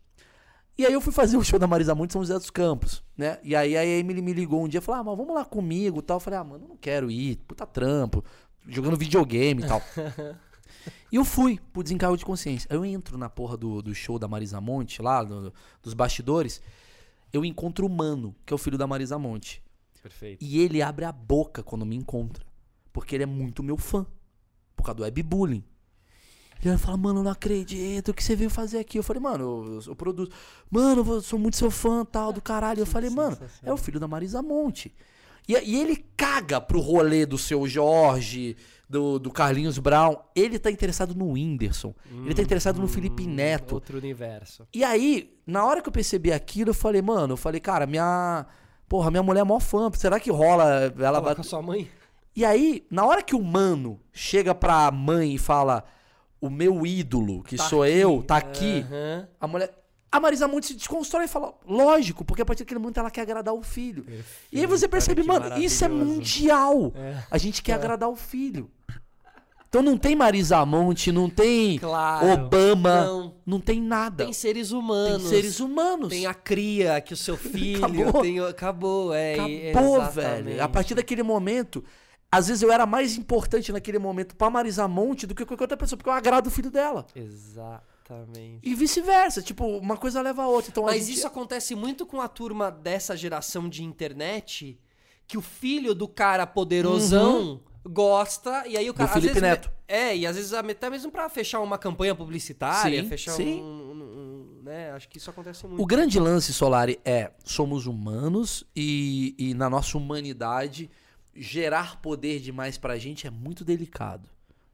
E aí eu fui fazer o show da Marisa Monte em São José dos Campos, né? E aí a Emily me ligou um dia e falou, ah, mas vamos lá comigo e tal. Eu falei, ah, mano, eu não quero ir, puta trampo, jogando videogame e tal. E eu fui pro desencargo de consciência. Aí eu entro na porra do, do show da Marisa Monte, lá, do- dos bastidores. Eu encontro o Mano, que é o filho da Marisa Monte. Perfeito. E ele abre a boca quando me encontra. Porque ele é muito meu fã. Por causa do webbullying. E ela fala, mano, não acredito, o que você veio fazer aqui? Eu falei, mano, eu, eu, eu produzo. Mano, eu sou muito seu fã, tal, do caralho. Eu falei, mano, é o filho da Marisa Monte. E, e ele caga pro rolê do seu Jorge, do, do Carlinhos Brown. Ele tá interessado no Whindersson. ele tá interessado no Felipe Neto. Outro universo. E aí, na hora que eu percebi aquilo, eu falei, mano, eu falei, cara, minha. Porra, minha mulher é mó fã. Será que rola? Ela Fala bate... com a sua mãe? E aí, na hora que o mano chega pra mãe e fala: O meu ídolo, que Tá sou aqui. é. eu, tá aqui, Aham. a mulher. A Marisa Monte se desconstrói e fala, lógico, porque a partir daquele momento ela quer agradar o filho. e aí você cara, percebe, que mano, isso é maravilhoso. mundial. É. A gente quer agradar o filho. Então não tem Marisa Monte, não tem Claro. Obama, Não. não. tem nada. Tem seres Tem humanos. seres humanos. Tem a cria, que o seu filho. Acabou. tem o- acabou, é. e- Acabou, exatamente. velho. A partir daquele momento, às vezes eu era mais importante naquele momento pra Marisa Monte do que qualquer outra pessoa, porque eu agrado o filho dela. Exatamente. E vice-versa. Tipo, uma coisa leva a outra. Então, a Mas gente- isso é acontece muito com a turma dessa geração de internet, que o filho do cara poderosão gosta, e aí o cara... às Uhum. Felipe vezes, Neto. É, e às vezes até mesmo pra fechar uma campanha publicitária, Sim, fechar sim. um... um- um- né? Acho que isso acontece muito. O grande lance, Solari, é somos humanos e, e na nossa humanidade gerar poder demais pra gente é muito delicado,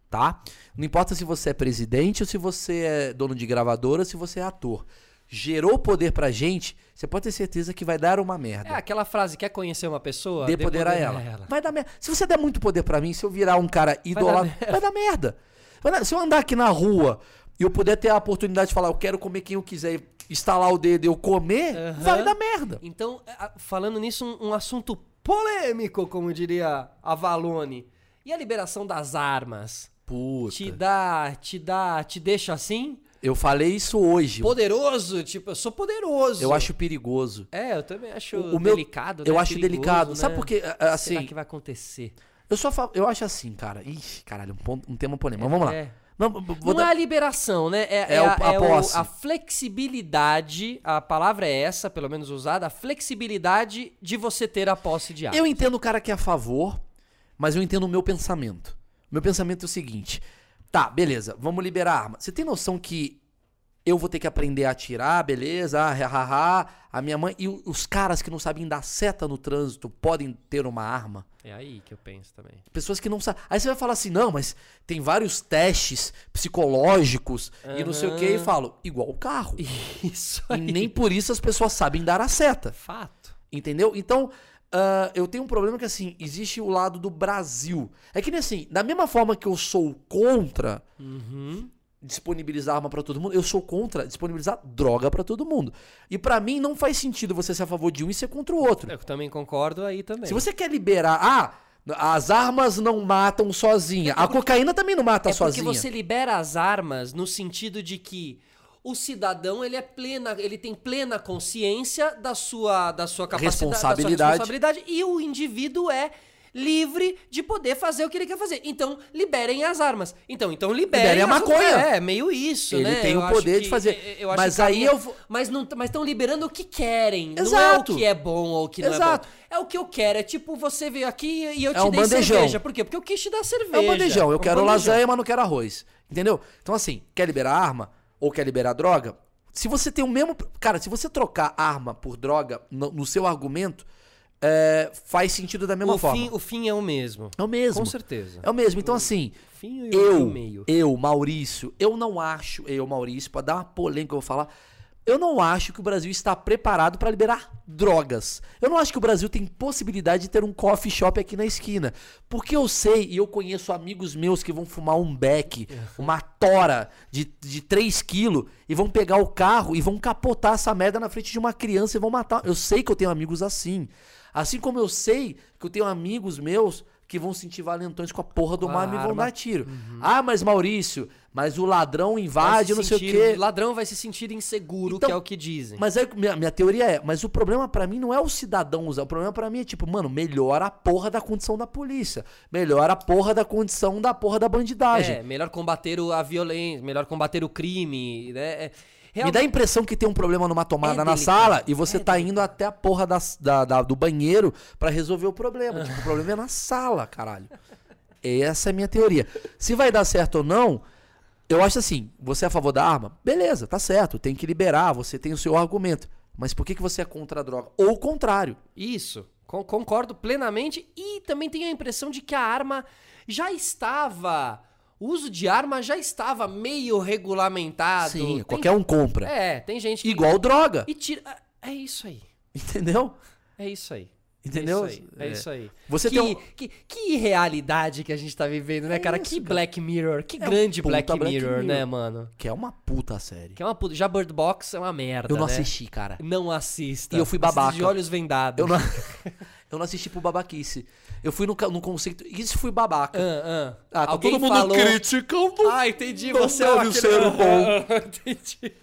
tá? Não importa se você é presidente ou se você é dono de gravadora, se você é ator. Gerou poder pra gente, você pode ter certeza que vai dar uma merda. É aquela frase, quer conhecer uma pessoa? Dê poder a né, ela. Vai dar merda. Se você der muito poder pra mim, se eu virar um cara idolatrado, merda. vai dar merda. Vai dar- Se eu andar aqui na rua e eu puder ter a oportunidade de falar, eu quero comer quem eu quiser e estalar o dedo e eu comer, Aham. vai dar merda. Então, a- falando nisso, um, um assunto polêmico, como diria a Valone. E a liberação das armas? Puta. Te dá, te dá, te deixa assim? Eu falei isso hoje. Poderoso? Tipo, eu sou poderoso. Eu acho perigoso. É, eu também acho O- o meu- delicado. eu né? acho Perigoso, delicado. né? Sabe por quê? A- a- Será Assim, que vai acontecer? eu só falo, eu acho assim, cara. Ixi, caralho, um, ponto- um tema polêmico. Mas vamos lá. é. Não, b- b- vou Não dar- é a liberação, né? É, É é o- a, a é o- posse. a flexibilidade, a palavra é essa, pelo menos usada, a flexibilidade de você ter a posse de armas. Eu entendo o cara que é a favor, mas eu entendo o meu pensamento. Meu pensamento é o seguinte: tá, beleza, vamos liberar a arma. Você tem noção que eu vou ter que aprender a atirar, beleza? Ah, hahaha, a minha mãe. E o- os caras que não sabem dar seta no trânsito podem ter uma arma? É aí que eu penso também. Pessoas que não sabem. Aí você vai falar assim: não, mas tem vários testes psicológicos e não sei o que. E Aham. falo: igual o carro. E, Isso aí. nem por isso as pessoas sabem dar a seta. Fato. Entendeu? Então, ah, eu tenho um problema que, assim, existe o lado do Brasil. É que nem assim, da mesma forma que eu sou contra Uhum. disponibilizar arma pra todo mundo, eu sou contra disponibilizar droga pra todo mundo. E pra mim não faz sentido você ser a favor de um e ser contra o outro. Eu também concordo aí também. Se você quer liberar. Ah, as armas não matam sozinha. A cocaína também não mata é porque tá sozinha. você libera as armas no sentido de que o cidadão ele é plena, ele tem plena consciência da sua da sua capacidade, da sua Responsabilidade. responsabilidade e o indivíduo é livre de poder fazer o que ele quer fazer. Então, liberem as armas. Então, então liberem, Liberem a as- maconha. É, meio isso, Ele né? tem o acho poder que- é, de fazer. eu- eu acho Mas que aí caminha- eu vou- mas não mas estão liberando o que querem, Exato. não é o que é bom ou o que não Exato. é bom. É o que eu quero, é tipo você veio aqui e eu É te um dei bandejão. cerveja. Por quê? Porque eu quis te dar cerveja. É um bandejão. Eu É um quero bandejão. lasanha, mas não quero arroz. Entendeu? Então, assim, quer liberar arma ou quer liberar droga? Se você tem o mesmo. Cara, se você trocar arma por droga no, no seu argumento, é, faz sentido da mesma o forma. Fim, o fim é o mesmo. É o mesmo. Com certeza. É o mesmo. Então, assim, O fim e o eu, meio. eu, Maurício, eu não acho, eu, Maurício, pra dar uma polêmica, eu vou falar. Eu não acho que o Brasil está preparado pra liberar drogas. Eu não acho que o Brasil tem possibilidade de ter um coffee shop aqui na esquina. Porque eu sei e eu conheço amigos meus que vão fumar um beck, uma tora de, de 3 quilos e vão pegar o carro e vão capotar essa merda na frente de uma criança e vão matar. Eu sei que eu tenho amigos assim. Assim como eu sei que eu tenho amigos meus que vão sentir valentões com a porra do Com a mar e vão arma. dar tiro. Ah, mas Maurício, mas o ladrão Vai invade, se não sei o sentir- quê. Ladrão vai se sentir inseguro, Então, que é o que dizem. Mas aí, minha, minha teoria é, mas o problema pra mim não é o cidadão usar, o problema pra mim é tipo, mano, melhora a porra da condição da polícia, melhora a porra da condição da porra da bandidagem. É, melhor combater o- a violência, melhor combater o crime, né? É- Me realmente- dá a impressão que tem um problema numa tomada É na delicado, sala e você tá indo até a porra da, da- da- do banheiro pra resolver o problema. Tipo, o problema é na sala, caralho. Essa é a minha teoria. Se vai dar certo ou não, Eu acho assim, você é a favor da arma? Beleza, tá certo, tem que liberar, você tem o seu argumento. Mas por que, que você é contra a droga? Ou o contrário. Isso. con- concordo plenamente. E também tenho a impressão de que a arma já estava. O uso de arma já estava meio regulamentado. Sim, Tem- qualquer um compra. Ah, É, tem gente que. Igual droga. E tira. ah, É isso aí. Entendeu? É isso aí. Entendeu? É isso aí. É É. isso aí. Você que, tem um- que, que realidade que a gente tá vivendo, né, cara? que Black Mirror. Que É um grande puta Black, Black Mirror, Mirror. né, mano? Que é uma puta série. Que é uma puta. Já Bird Box é uma merda. Eu não né? assisti, cara. Não assista. E eu fui Assista babaca. De olhos vendados. Eu não, eu não assisti por babaquice. Eu fui no, ca- no conceito. Isso fui babaca. Ah, ah. Ah, tá Alguém todo mundo um falou... criticando. Ah, entendi. Não você é deve aquele- ser Ah, bom. entendi.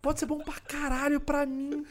Pode ser bom pra caralho pra mim.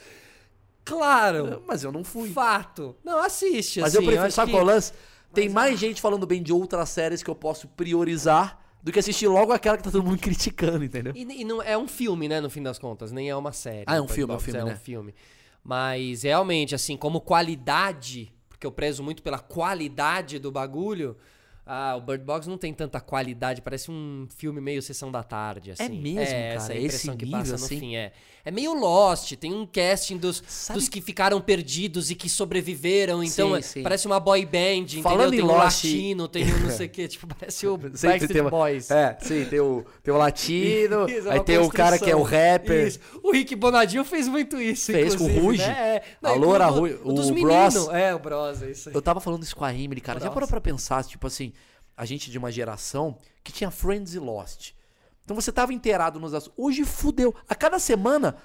Claro. Mas eu não fui. Fato. Não, assiste. Mas assim, eu prefiro. acho Sabe que- qual é o lance? Tem mais gente falando bem de outras séries que eu posso priorizar do que assistir logo aquela que tá todo mundo criticando, entendeu? E, e não é um filme, né, no fim das contas, nem é uma série. Ah, é um Bird filme, é um Box, filme, é né? um filme. Mas realmente, assim, como qualidade, porque eu prezo muito pela qualidade do bagulho, ah, o Bird Box não tem tanta qualidade, parece um filme meio sessão da tarde, assim. mesmo, cara? essa é a Esse impressão que nível, passa assim? no fim, é. É meio Lost, tem um casting dos, Sabe- dos que ficaram perdidos e que sobreviveram, então Sim, é- sim. parece uma boy band, entendeu? Falando tem em um Lost- latino, tem um não sei o quê, tipo, parece o Sempre tem Backstreet uma- Boys. É, sim, tem o, tem o latino, Isso, é aí uma tem o cara que é o construção. rapper. Isso. O Rick Bonadinho fez muito isso, Fez com o inclusive, Ruge? Né? É. A Loura do- Ruge, dos o meninos. Bros. É, o Bros, é isso aí. Eu tava falando isso com a Emily, cara. Já Nossa. parou pra pensar, tipo assim, a gente de uma geração que tinha Friends e Lost. Então você tava inteirado nos assuntos. Hoje fudeu. A cada semana,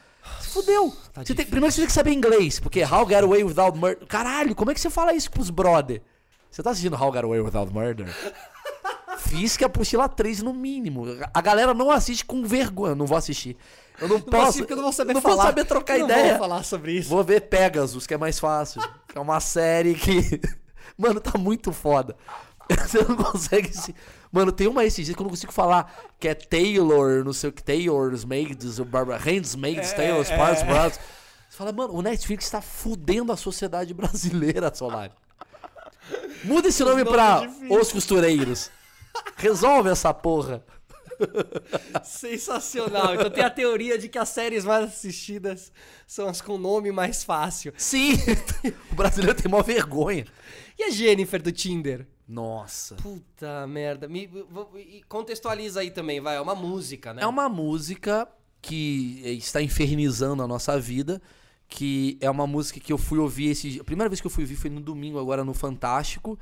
fudeu. tá Você tem- difícil. primeiro você tem que saber inglês, porque How Get Away Without Murder. Caralho, como é que você fala isso pros brother? Você tá assistindo How Get Away Without Murder? Fiz que a Postila 3 no mínimo. A galera não assiste com vergonha. Não vou assistir. Eu não Não posso. posso, porque eu não vou saber não falar. vou saber trocar Eu ideia. Não vou falar sobre isso. Vou ver Pegasus, que é mais fácil. Que é uma série que. Mano, tá muito foda. Você não consegue. Se... Mano, tem uma esses dias que eu não consigo falar. Que é Taylor, não sei o que. Taylor's Maids, o Barbara Handsmaids, Taylor's Parts, Brothers. Você fala, mano, o Netflix tá fudendo a sociedade brasileira, Solari. Muda esse nome nomes pra difíceis. Os Costureiros. Resolve essa porra. Sensacional. Então tem a teoria de que as séries mais assistidas são as com nome mais fácil. Sim, o brasileiro tem maior vergonha. E a Jennifer do Tinder? Nossa. Puta merda. Me, vou- e contextualiza aí também, vai. É uma música, né? É uma música que está infernizando a nossa vida, que é uma música que eu fui ouvir esse dia. A primeira vez que eu fui ouvir foi no domingo, agora no Fantástico.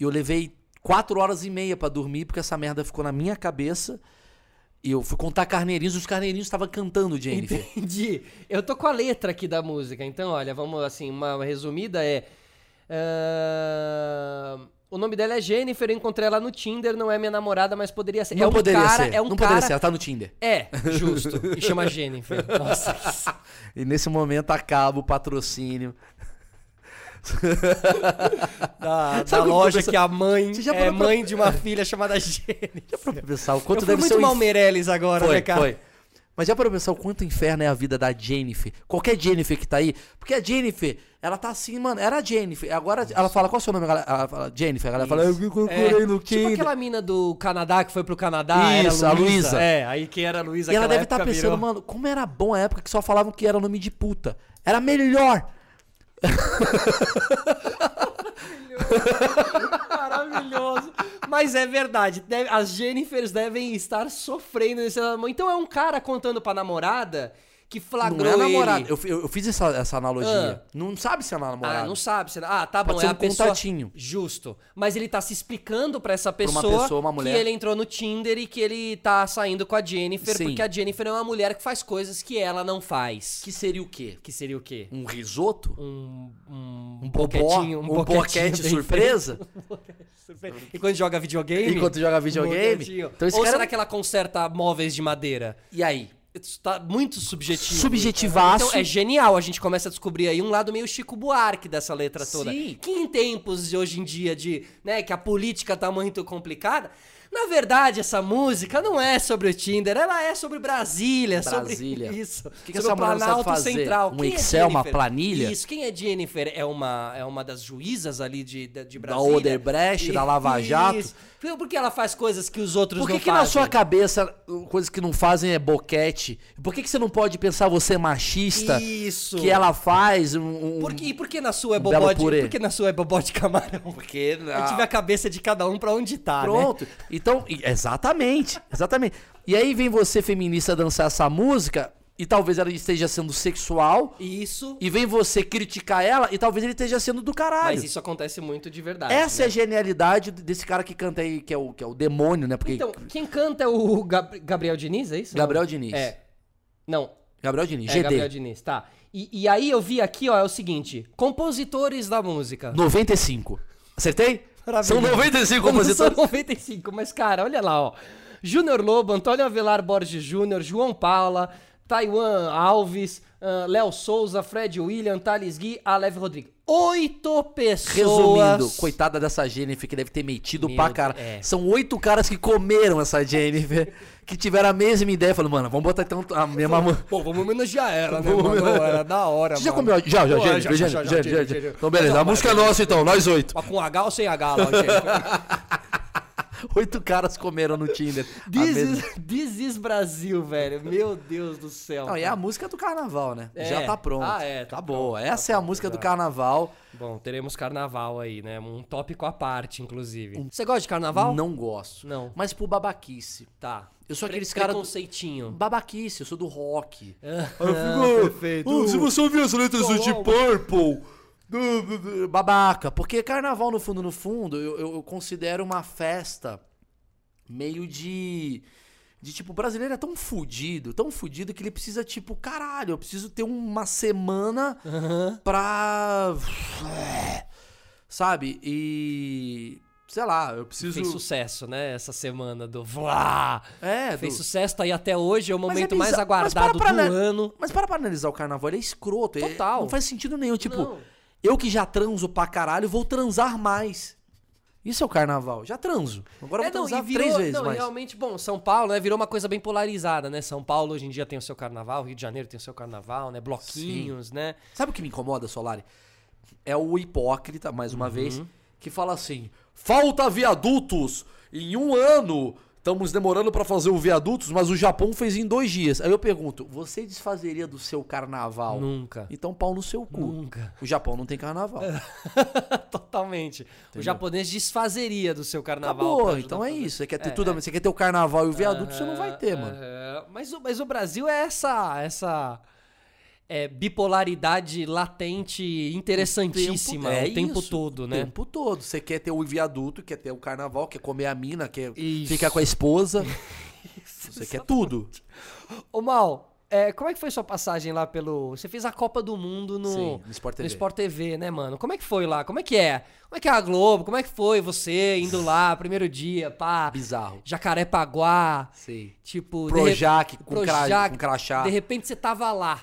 E eu levei quatro horas e meia pra dormir, porque essa merda ficou na minha cabeça. E eu fui contar carneirinhos, os carneirinhos estavam cantando, Jennifer. Entendi. Eu tô com a letra aqui da música, então, olha, vamos assim, uma resumida é. ah, o nome dela é Jennifer, eu encontrei ela no Tinder, não é minha namorada, mas poderia ser. Não é um poderia cara, ser. É um não cara. poderia ser, ela tá no Tinder. É, justo. E chama Jennifer. Nossa, que- E nesse momento acaba o patrocínio. da, da Sabe quando loja começa- que a mãe Você já é parou pra- mãe de uma filha chamada Jennifer. Já pra pensar o Eu quanto fui deve ser muito o mal Meirelles agora, Foi, né, cara? foi. Mas já para pensar o quanto inferno é a vida da Jennifer. Qualquer Jennifer que tá aí. Porque a Jennifer, ela tá assim, mano. Era a Jennifer. Agora ela fala, qual é o seu nome? Ela ela fala, Jennifer. Ela fala, eu me procurei É, no tipo Tinder. aquela mina do Canadá que foi pro Canadá, era Isso, a Luísa. É, aí quem era a Luísa E ela naquela deve estar época pensando, virou- mano, como era bom a época que só falavam que era nome de puta. Era melhor. Maravilhoso. Mas é verdade. deve- as Jennifers devem estar sofrendo nesse amor. Então é um cara contando pra namorada que Não flagrou é ele. namorado. Eu, eu- eu fiz essa, essa analogia. Ah. Não sabe se é namorado. Ah, não sabe. será? Ah, tá Pode bom, ser é um a pessoa... contatinho. Justo. Mas ele tá se explicando pra essa pessoa, pessoa, uma mulher. que ele entrou no Tinder e que ele tá saindo com a Jennifer, Sim. porque a Jennifer é uma mulher que faz coisas que ela não faz. Que seria o quê? Que seria o quê? Um risoto? Um... Um, Um bobó? Um, boquete bem surpresa? feito. Enquanto joga videogame? Enquanto joga videogame? Boquetinho. Então esse Ou cara- será que ela conserta móveis de madeira? E aí? Isso tá muito subjetivo. Subjetivaço. Então é genial, a gente começa a descobrir aí um lado meio Chico Buarque dessa letra toda. Sim. Que em tempos de hoje em dia de, né, que a política tá muito complicada, Na verdade, essa música não é sobre o Tinder, ela é sobre Brasília, Brasília. sobre isso. que que sobre essa o mulher não sabe Planalto fazer? Central. Um Quem é Excel, uma Jennifer? planilha? Isso, quem é Jennifer? É uma, é uma das juízas ali de, de, de Da Brasília. Odebrecht, da Lava Jato. Isso. Por que ela faz coisas que os outros Por que, não que fazem? na sua cabeça uh, coisas que não fazem é boquete? Por que, que você não pode pensar você é machista? Isso. Que ela faz um. um- Por que, e por que na sua é Um belo bobó de, purê. por que na sua é bobó de camarão? Porque não. Eu tive a cabeça de cada um pra onde tá, né? Pronto. Então, e- exatamente. Exatamente. E aí vem você, feminista, dançar essa música, e talvez ela esteja sendo sexual, Isso, e vem você criticar ela, e talvez ele esteja sendo do caralho. mas isso acontece muito de verdade. Essa é né? a genialidade desse cara que canta aí, que é o, que é o demônio, né? Porque. Então, quem canta é o Gab- Gabriel Diniz, é isso? Gabriel Diniz. É. Não, Gabriel Diniz, é GD. Gabriel Diniz, tá. E, e aí eu vi aqui, ó, é o seguinte. Compositores da música. 95. Acertei? São Maravilhoso. 95 Como compositores. São 95, mas cara, olha lá, ó. Júnior Lobo, Antônio Avelar Borges Júnior, João Paula, Taiwan Alves, ahn, Léo Souza, Fred William, Thales Gui, Aleve Rodrigues. Oito pessoas. Resumindo, coitada dessa Jennifer que deve ter metido Meu pra cara. é. São oito caras que comeram essa Jennifer, que tiveram a mesma ideia. Falando, mano, vamos botar então a mesma. mu- Pô, vamos homenagear ela, né, Vamos mano? homenagear. Era da hora, Você já mano. comeu? Já, Tá já, Pô, Jennifer, Jennifer, Jennifer, Jennifer. Então, beleza. A música é nossa então, nós oito. Mas Com H ou sem H né? lá, Jennifer? Oito caras comeram no Tinder. a This, mesma- is, this is Brasil, velho. Meu Deus do céu. Não, e é a música do carnaval, né? Já É. tá pronto. Ah, é, tá Tá boa. pronto, Essa tá é a pronto, música do exato. carnaval. Bom, teremos carnaval aí, né? Um tópico à parte, inclusive. Você gosta de carnaval? Um- Não gosto. Não. Mas por babaquice. Tá. Eu sou aqueles Pre- cara do- Preconceitinho. Babaquice, eu sou do rock. É, Aí Ah, perfeito. "Ah, se você ouvir as letras do Deep Uau. Purple. du- du- du- Babaca. Porque carnaval, no fundo, no fundo, eu, eu- eu considero uma festa meio de. De tipo, o brasileiro é tão fudido, tão fudido que ele precisa, tipo, caralho, eu preciso ter uma semana pra. Sabe? E. Sei lá, eu preciso. Fez sucesso, né? Essa semana do Vlá. É, Fez do- sucesso, tá aí até hoje. É o Mas momento é mais bizarro. Mas para aguardado pra né- do ana- ano. Mas para pra analisar o carnaval, ele é escroto. é- Total. não faz sentido nenhum. Tipo, Não. eu que já transo pra caralho, vou transar mais. Isso é o carnaval. Já transo. Agora eu vou É, não, transar e é um virou- três vezes não, mais. realmente, bom, São Paulo, né, virou uma coisa bem polarizada, né? São Paulo hoje em dia tem o seu carnaval, Rio de Janeiro tem o seu carnaval, né? Bloquinhos, né? Sabe o que me incomoda, Solari? É o hipócrita, mais Uhum. uma vez, que fala assim: falta viadutos em um ano. Estamos demorando pra fazer o viadutos, mas o Japão fez em dois dias. Aí eu pergunto: você desfazeria do seu carnaval? Nunca. Então pau no seu cu. Nunca. O Japão não tem carnaval. É. Totalmente. O japonês desfazeria do seu carnaval. pra Acabou, ajudar então é tudo. isso. Você quer ter tudo, você quer ter o carnaval e o viaduto, Tipo, você não vai ter, mano. É, mas, o, mas o Brasil é essa essa é, bipolaridade latente interessantíssima o tempo, é isso. todo, né? O tempo todo. Você quer ter o viaduto, quer ter o carnaval, quer comer a mina, quer Isso. ficar com a esposa. Você quer tudo. Ô Mal, é, como é que foi sua passagem lá pelo. Você fez a Copa do Mundo no, Sim, no Sport TV. TV, né, mano? Como é que foi lá? Como é que é? Como é que é a Globo? Como é que foi você indo lá, primeiro dia, pá? Ah, Bizarro. Jacarepaguá. Sim. Tipo, de Projac rep- com cra- com crachá. De repente você tava lá.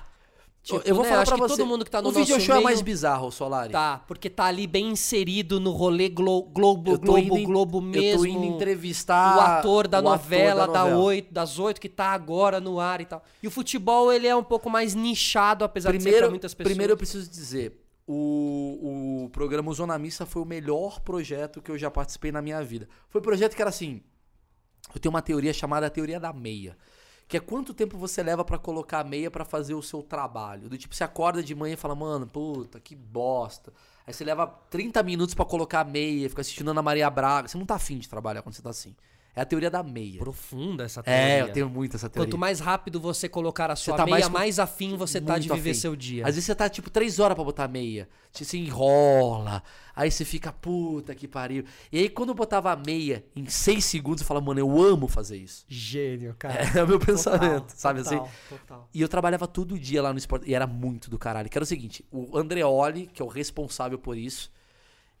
Tipo, eu vou né, falar acho pra que você. todo mundo que tá no o vídeo nosso show é meio mais bizarro, Solari. Tá, porque tá ali bem inserido no rolê glo Globo, Eu tô Globo, indo em- Globo Eu mesmo. tô indo entrevistar o ator da o novela, da novela. oito, das oito que tá agora no ar e tal. E o futebol, ele é um pouco mais nichado, apesar de ser Tá pra Primeiro, muitas pessoas. primeiro eu preciso dizer, o, o programa Zona Missa foi o melhor projeto que eu já participei na minha vida. Foi um projeto que era assim, eu tenho uma teoria chamada teoria da meia, que é quanto tempo você leva pra colocar a meia pra fazer o seu trabalho. Do tipo, você acorda de manhã e fala, mano, puta, que bosta. Aí você leva 30 minutos pra colocar a meia, fica assistindo Ana Maria Braga. Você não tá afim de trabalhar quando você tá assim. É a teoria da meia. Profunda essa teoria. É, eu tenho muito essa teoria. Quanto mais rápido você colocar a sua tá meia, mais mais, com- afim você tá de Muito viver afim. seu dia. Às vezes você tá, tipo, três horas pra botar meia. Tipo, Você se enrola. Aí você fica, puta que pariu. E aí, quando eu botava a meia em seis segundos, eu falava, mano, eu amo fazer isso. Gênio, cara. É o meu pensamento, sabe assim? Total. E eu trabalhava todo dia lá no esporte. E era muito do caralho. Que era o seguinte: o Andreoli, que é o responsável por isso,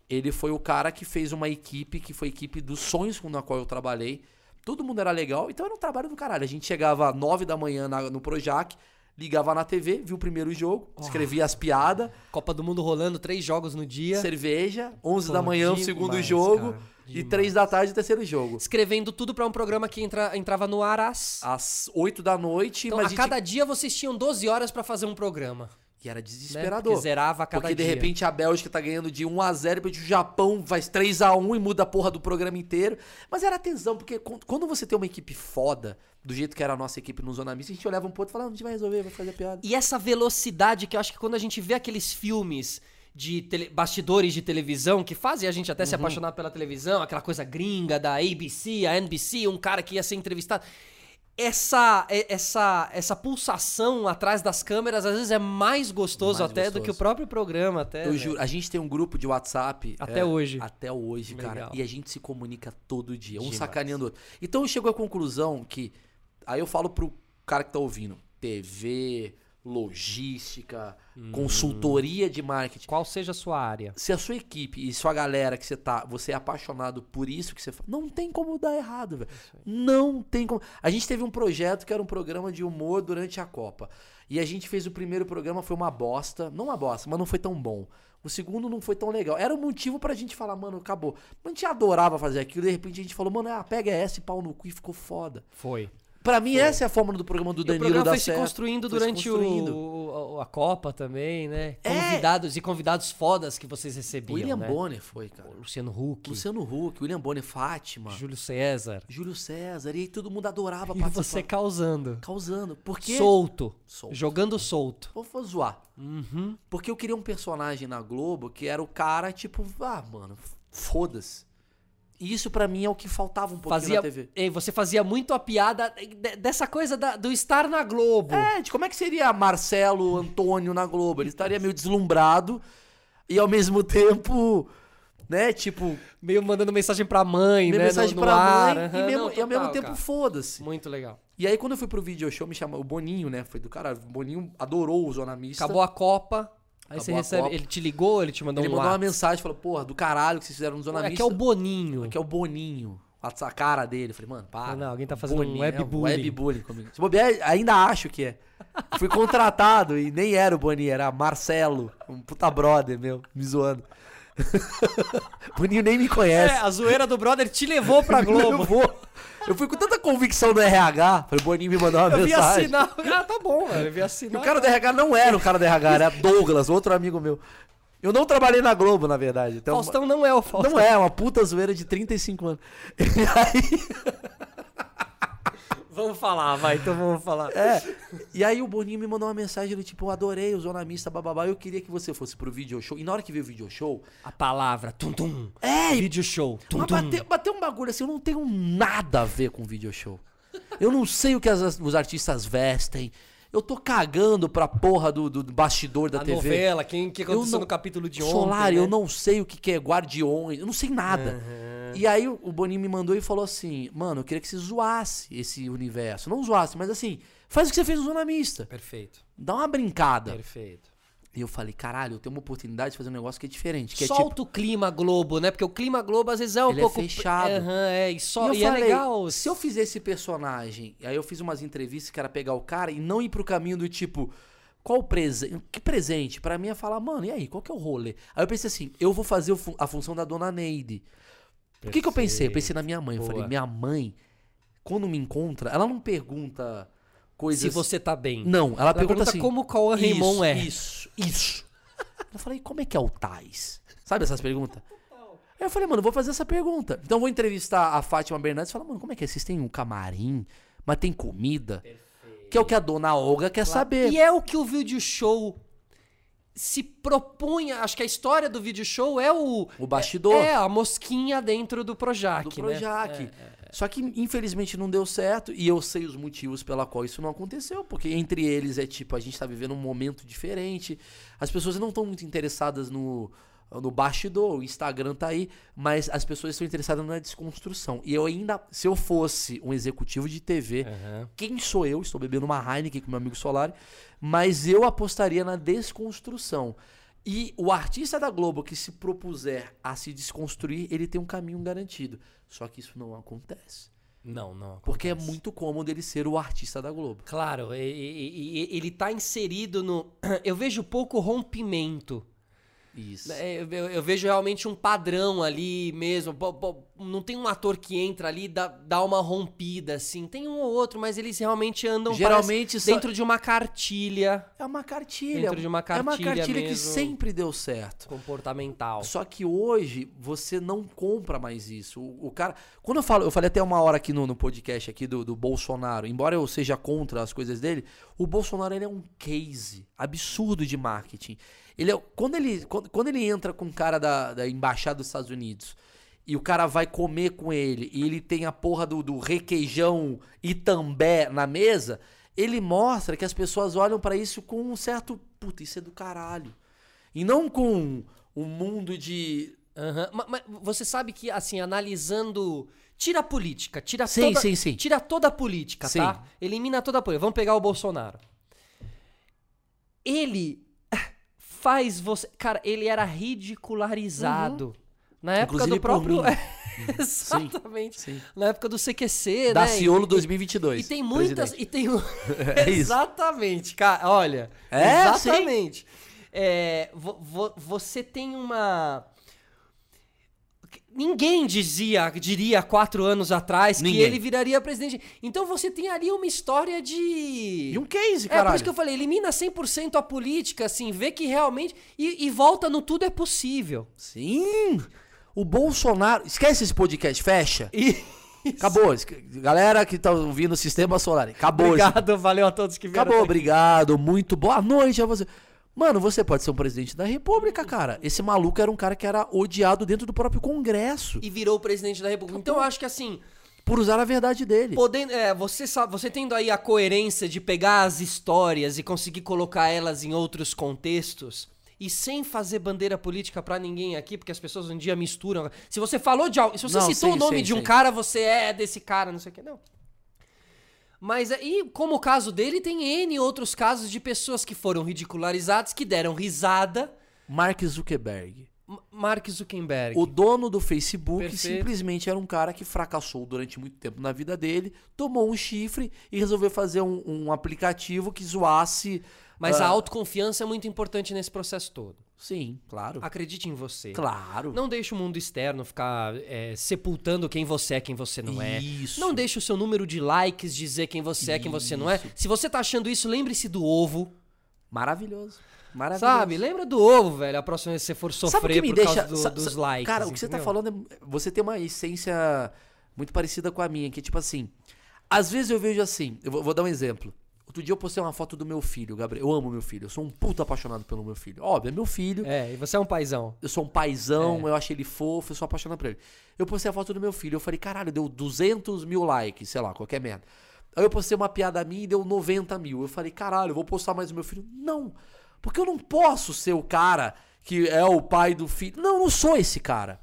ele foi o cara que fez uma equipe, que foi a equipe dos sonhos com a qual eu trabalhei. Todo mundo era legal, então era um trabalho do caralho. A gente chegava às 9 da manhã na- no Projac, Ligava na TV, via o primeiro jogo, escrevia as piadas, Copa do Mundo rolando, três jogos no dia. cerveja, 11 da Pô, manhã o demais, segundo jogo cara, e 3 da tarde o terceiro jogo. Escrevendo tudo pra um programa que entra- entrava no ar às... Às 8 da noite, Então, mas a a gente- cada dia vocês tinham 12 horas pra fazer um programa. E era Né? desesperador. Porque zerava a cada Porque de dia. repente a Bélgica tá ganhando de 1 a 0 de repente o Japão faz 3 a 1 e muda a porra do programa inteiro. Mas era tesão, porque quan- quando você tem uma equipe foda, do jeito que era a nossa equipe no Zona Mista, a gente olhava um pro outro e falava, "Ah, a gente vai resolver, vai fazer a piada. E essa velocidade que eu acho que quando a gente vê aqueles filmes de tele- bastidores de televisão que fazem a gente até se Uhum. apaixonar pela televisão, aquela coisa gringa da ABC, a NBC, um cara que ia ser entrevistado. Essa, é- essa, essa pulsação atrás das câmeras às vezes é mais gostoso Mais até do gostoso. que o próprio programa até. Eu né? juro, a gente tem um grupo de WhatsApp. é, Até hoje. Até hoje, cara. Legal. E a gente se comunica todo dia, um Demais. sacaneando o outro. Então eu chego à conclusão que. Aí eu falo pro cara que tá ouvindo: TV, logística, Hum. consultoria de marketing. Qual seja a sua área? Se a sua equipe e sua galera que você tá, você é apaixonado por isso que você faz, não tem como dar errado, velho. Não tem como. A gente teve um projeto que era um programa de humor durante a Copa. E a gente fez o primeiro programa, foi uma bosta. Não uma bosta, mas não foi tão bom. O segundo não foi tão legal. Era um motivo pra gente falar, mano, acabou. Mas a gente adorava fazer aquilo. De repente a gente falou, mano, ah, pega essa e pau no cu e ficou foda. Foi. Pra mim, essa é a fórmula do programa do E o Danilo programa da foi se Serra. construindo Foi se durante construindo. o- o- a Copa também, né? É. Convidados e convidados fodas que vocês recebiam. William né? Bonner foi, cara. Luciano Huck, Luciano Huck, William Bonner, Fátima. Júlio César. Júlio César, e aí todo mundo adorava E participar. você causando. Causando. Porque. Solto. Solto. Jogando solto. Uhum. Vou, vou zoar. Porque eu queria um personagem na Globo que era o cara, tipo, ah, mano, foda-se. E isso pra mim é o que faltava um pouquinho Fazia, na TV. Ei, você fazia muito a piada de- dessa coisa da- do estar na Globo. É, de como é que seria Marcelo Antônio na Globo? Ele estaria meio deslumbrado e ao mesmo tempo, né, tipo, Meio mandando mensagem pra mãe, meio né? mensagem no, no pra ar. mãe Aham, e, mesmo- não, e ao mesmo total, tempo cara. foda-se. Muito legal. E aí quando eu fui pro video show, me chamou o Boninho, né, foi do cara, o Boninho adorou o Zona Mista. Acabou a Copa. Aí Acabou você a recebe. Copa. Ele te ligou, ele te mandou Ele um mandou uma WhatsApp. mensagem, falou, porra, do caralho que vocês fizeram no Zona É Mista. que é o Boninho. que é o Boninho. A a cara dele. Eu falei, mano, para. é, Não, não, alguém tá fazendo um webbullying. webbullying comigo. Se bobear, ainda acho que é. Fui contratado e nem era o Boninho, era Marcelo. Um puta brother meu, me zoando. Boninho nem me É, conhece. a zoeira do brother te levou pra Me Globo. levou. Eu fui com tanta convicção do RH. Falei, Boninho me mandou uma Eu vi mensagem. assinar. Ah, tá bom, velho. Eu vi E assinar. o cara do RH não era o cara do RH, era Douglas, outro amigo meu. Eu não trabalhei na Globo, na verdade. Então, Faustão não é o Faustão. Não é, uma puta zoeira de 35 anos. E aí, Vamos falar, vai, então vamos falar. é, e aí o Boninho me mandou uma mensagem do tipo, eu adorei o Zona Mista, bababá, eu queria que você fosse pro video show. E na hora que veio o video show, A palavra, tum tum. É, e- Vídeo show, tum mas tum. bateu, bateu um bagulho assim, eu não tenho nada a ver com video show. Eu não sei o que as- os artistas vestem. Eu tô cagando pra porra do, do bastidor da A TV. novela, quem que Eu aconteceu não- no capítulo de ontem. Solari, né? eu não sei o que, que é guardiões, eu não sei nada. E aí o o Boninho me mandou e falou assim: Mano, eu queria que você zoasse esse universo. Não zoasse, mas assim, faz o que você fez no Zona Mista. Perfeito, Dá uma brincada. É. perfeito. E eu falei: Caralho, eu tenho uma oportunidade de fazer um negócio que é diferente. Que é Solta tipo. o clima Globo, né? Porque o clima Globo às vezes é um Ele é pouco. fechado. É, aham, é, e, só, E eu e falei, é legal. se eu fizer esse personagem, aí eu fiz umas entrevistas que era pegar o cara e não ir pro caminho do tipo, qual o presente? Que presente? Pra mim é falar, mano, e aí, qual que é o rolê? Aí eu pensei assim, eu vou fazer o fu- a função da dona Neide. O que, que eu pensei? Eu pensei na minha mãe. Eu falei, Boa. minha mãe, quando me encontra, ela não pergunta coisas. Se você tá bem. Não, ela, pergunta, pergunta assim. como qual isso, Raymond é. Isso, isso. eu falei, como é que é o Tais? Sabe essas perguntas? Aí eu falei, mano, eu vou fazer essa pergunta. Então eu vou entrevistar a Fátima Bernardes e falar, mano, como é que é? Vocês têm um camarim, mas tem comida? Que é o que a dona Olga quer saber. E é o que o vídeo show se propõe. Acho que a história do vídeo show é o. O bastidor. É, a mosquinha dentro do Projac. do né? Projac. Só que, infelizmente, não deu certo. E eu sei os motivos pela qual isso não aconteceu. Porque entre eles é tipo, a gente tá vivendo um momento diferente. As pessoas não estão muito interessadas no, no bastidor. O Instagram tá aí. Mas as pessoas estão interessadas na desconstrução. E eu ainda, se eu fosse um executivo de TV, quem sou eu? Estou bebendo uma Heineken com meu amigo Solari. Mas eu apostaria na desconstrução. E o artista da Globo que se propuser a se desconstruir, ele tem um caminho garantido. Só que isso não acontece. Não, não. acontece. Porque é muito cômodo ele ser o artista da Globo. Claro, e- e- e- ele tá inserido no. Eu vejo pouco rompimento. Isso. É, Eu, eu- eu vejo realmente um padrão ali mesmo. Bo- bo- Não tem um ator que entra ali e dá, dá uma rompida, assim. Tem um ou outro, mas eles realmente andam Geralmente parece, são- dentro de uma cartilha É uma cartilha. Dentro de uma É uma cartilha cartilha que mesmo. sempre deu certo. comportamental. Só que hoje você não compra mais isso. O, o cara. Quando eu falo, eu falei até uma hora aqui no, no podcast aqui do, do Bolsonaro, embora eu seja contra as coisas dele, o Bolsonaro ele é um case absurdo de marketing. Ele é, quando, ele, quando, quando ele entra com o cara da, da embaixada dos Estados Unidos e o cara vai comer com ele e ele tem a porra do, do requeijão Itambé na mesa, ele mostra que as pessoas olham pra isso com um certo. Puta, isso é do caralho. E não com um mundo de. Aham, ma- Mas, você sabe que, assim, analisando. Tira a política, tira Sim, toda. sim, sim. Tira toda a política, Sim. tá? Elimina toda a política. Vamos pegar o Bolsonaro. Ele faz você. Cara, ele era ridicularizado. Na época Uhum. Inclusive do por próprio. mim. Exatamente. sim. Na época do CQC, Da né? Ciolo E- 2022. e tem muitas. presidente. E tem... É isso. Exatamente, cara. Olha. É, exatamente. É, vo- vo- você tem uma. Ninguém dizia, diria há quatro anos atrás que Ninguém. ele viraria presidente. Então você tem ali uma história de. E um case, É, caralho. por isso que eu falei, elimina 100% a política, assim, vê que realmente... E, e volta no tudo é possível. Sim! O Bolsonaro. Esquece esse podcast, fecha. E... Acabou. Esque- Galera que tá ouvindo o Sistema Solar. Acabou. esse- Obrigado, valeu a todos que vieram. Acabou, obrigado. Muito boa noite a você. Mano, você pode ser um presidente da república, cara. Esse maluco era um cara que era odiado dentro do próprio Congresso. E virou presidente da república. Então eu acho que, assim, Por usar a verdade dele. Podendo, é, você, sa- você tendo aí a coerência de pegar as histórias e conseguir colocar elas em outros contextos e sem fazer bandeira política pra ninguém aqui, porque as pessoas um dia misturam. Se você falou de algo, se você Não, citou sim, o nome sim, de um sim. cara, você é desse cara, não sei o que, não. Mas aí, como o caso dele, tem N outros casos de pessoas que foram ridicularizadas, que deram risada. Mark Zuckerberg. M- Mark Zuckerberg. O dono do Facebook Perfeito. simplesmente era um cara que fracassou durante muito tempo na vida dele, tomou um chifre e resolveu fazer um, um aplicativo que zoasse. Mas a ah, autoconfiança é muito importante nesse processo todo. Sim, claro. Acredite em você. Claro. Não deixe o mundo externo ficar é, sepultando quem você é, quem você não é. Isso. Não deixe o seu número de likes dizer quem você é, quem você não é. Se você tá achando isso, lembre-se do ovo, Maravilhoso. Maravilhoso. sabe? Lembra do ovo, velho, a próxima vez que você for sofrer Sabe o que me por deixa. causa do- sa- dos sa- likes. Cara, o que você tá entendeu? falando é. Você tem uma essência muito parecida com a minha, que é tipo assim. Às vezes eu vejo assim, eu vou, vou dar um exemplo. Outro dia eu postei uma foto do meu filho, Gabriel. Eu amo meu filho, eu sou um puta apaixonado pelo meu filho. Óbvio, é meu filho. É, e você é um paizão. Eu sou um paizão, eu acho ele fofo, eu sou apaixonado por ele. Eu postei a foto do meu filho, eu falei, caralho, deu 200 mil likes, sei lá, qualquer merda. Aí eu postei uma piada minha e deu 90 mil. Eu falei, caralho, eu vou postar mais o meu filho. Não, porque eu não posso ser o cara que é o pai do filho. Não, eu não sou esse cara.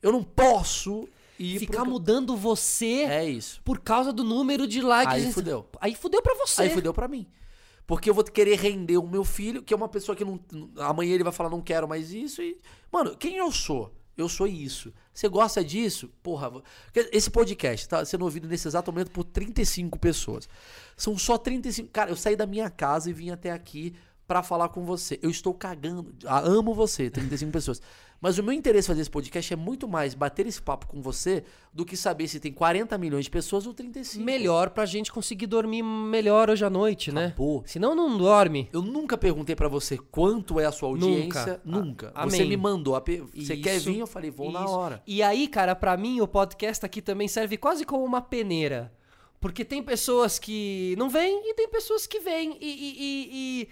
Eu não posso ir Ficar pro- mudando você É isso. por causa do número de likes. Aí fudeu. Aí fudeu pra você. Aí fudeu pra mim. Porque eu vou querer render o meu filho, que é uma pessoa que não. Amanhã ele vai falar, não quero mais isso. E. Mano, quem eu sou? Eu sou isso. Você gosta disso? Porra. vo- Porque Esse podcast tá sendo ouvido nesse exato momento por 35 pessoas. São só 35. Cara, eu saí da minha casa e vim até aqui pra falar com você. Eu estou cagando. Ah, amo você, 35 pessoas. Mas o meu interesse em fazer esse podcast é muito mais bater esse papo com você do que saber se tem 40 milhões de pessoas ou 35. Melhor pra gente conseguir dormir melhor hoje à noite, né? Acabou. Senão não dorme. Eu nunca perguntei pra você quanto é a sua audiência. Nunca. Nunca. A- você amém. me mandou. a pe- Você Isso, quer vir? Eu falei, vou na isso. hora. E aí, cara, pra mim o podcast aqui também serve quase como uma peneira. Porque tem pessoas que não vêm e tem pessoas que vêm. E, e, e, e,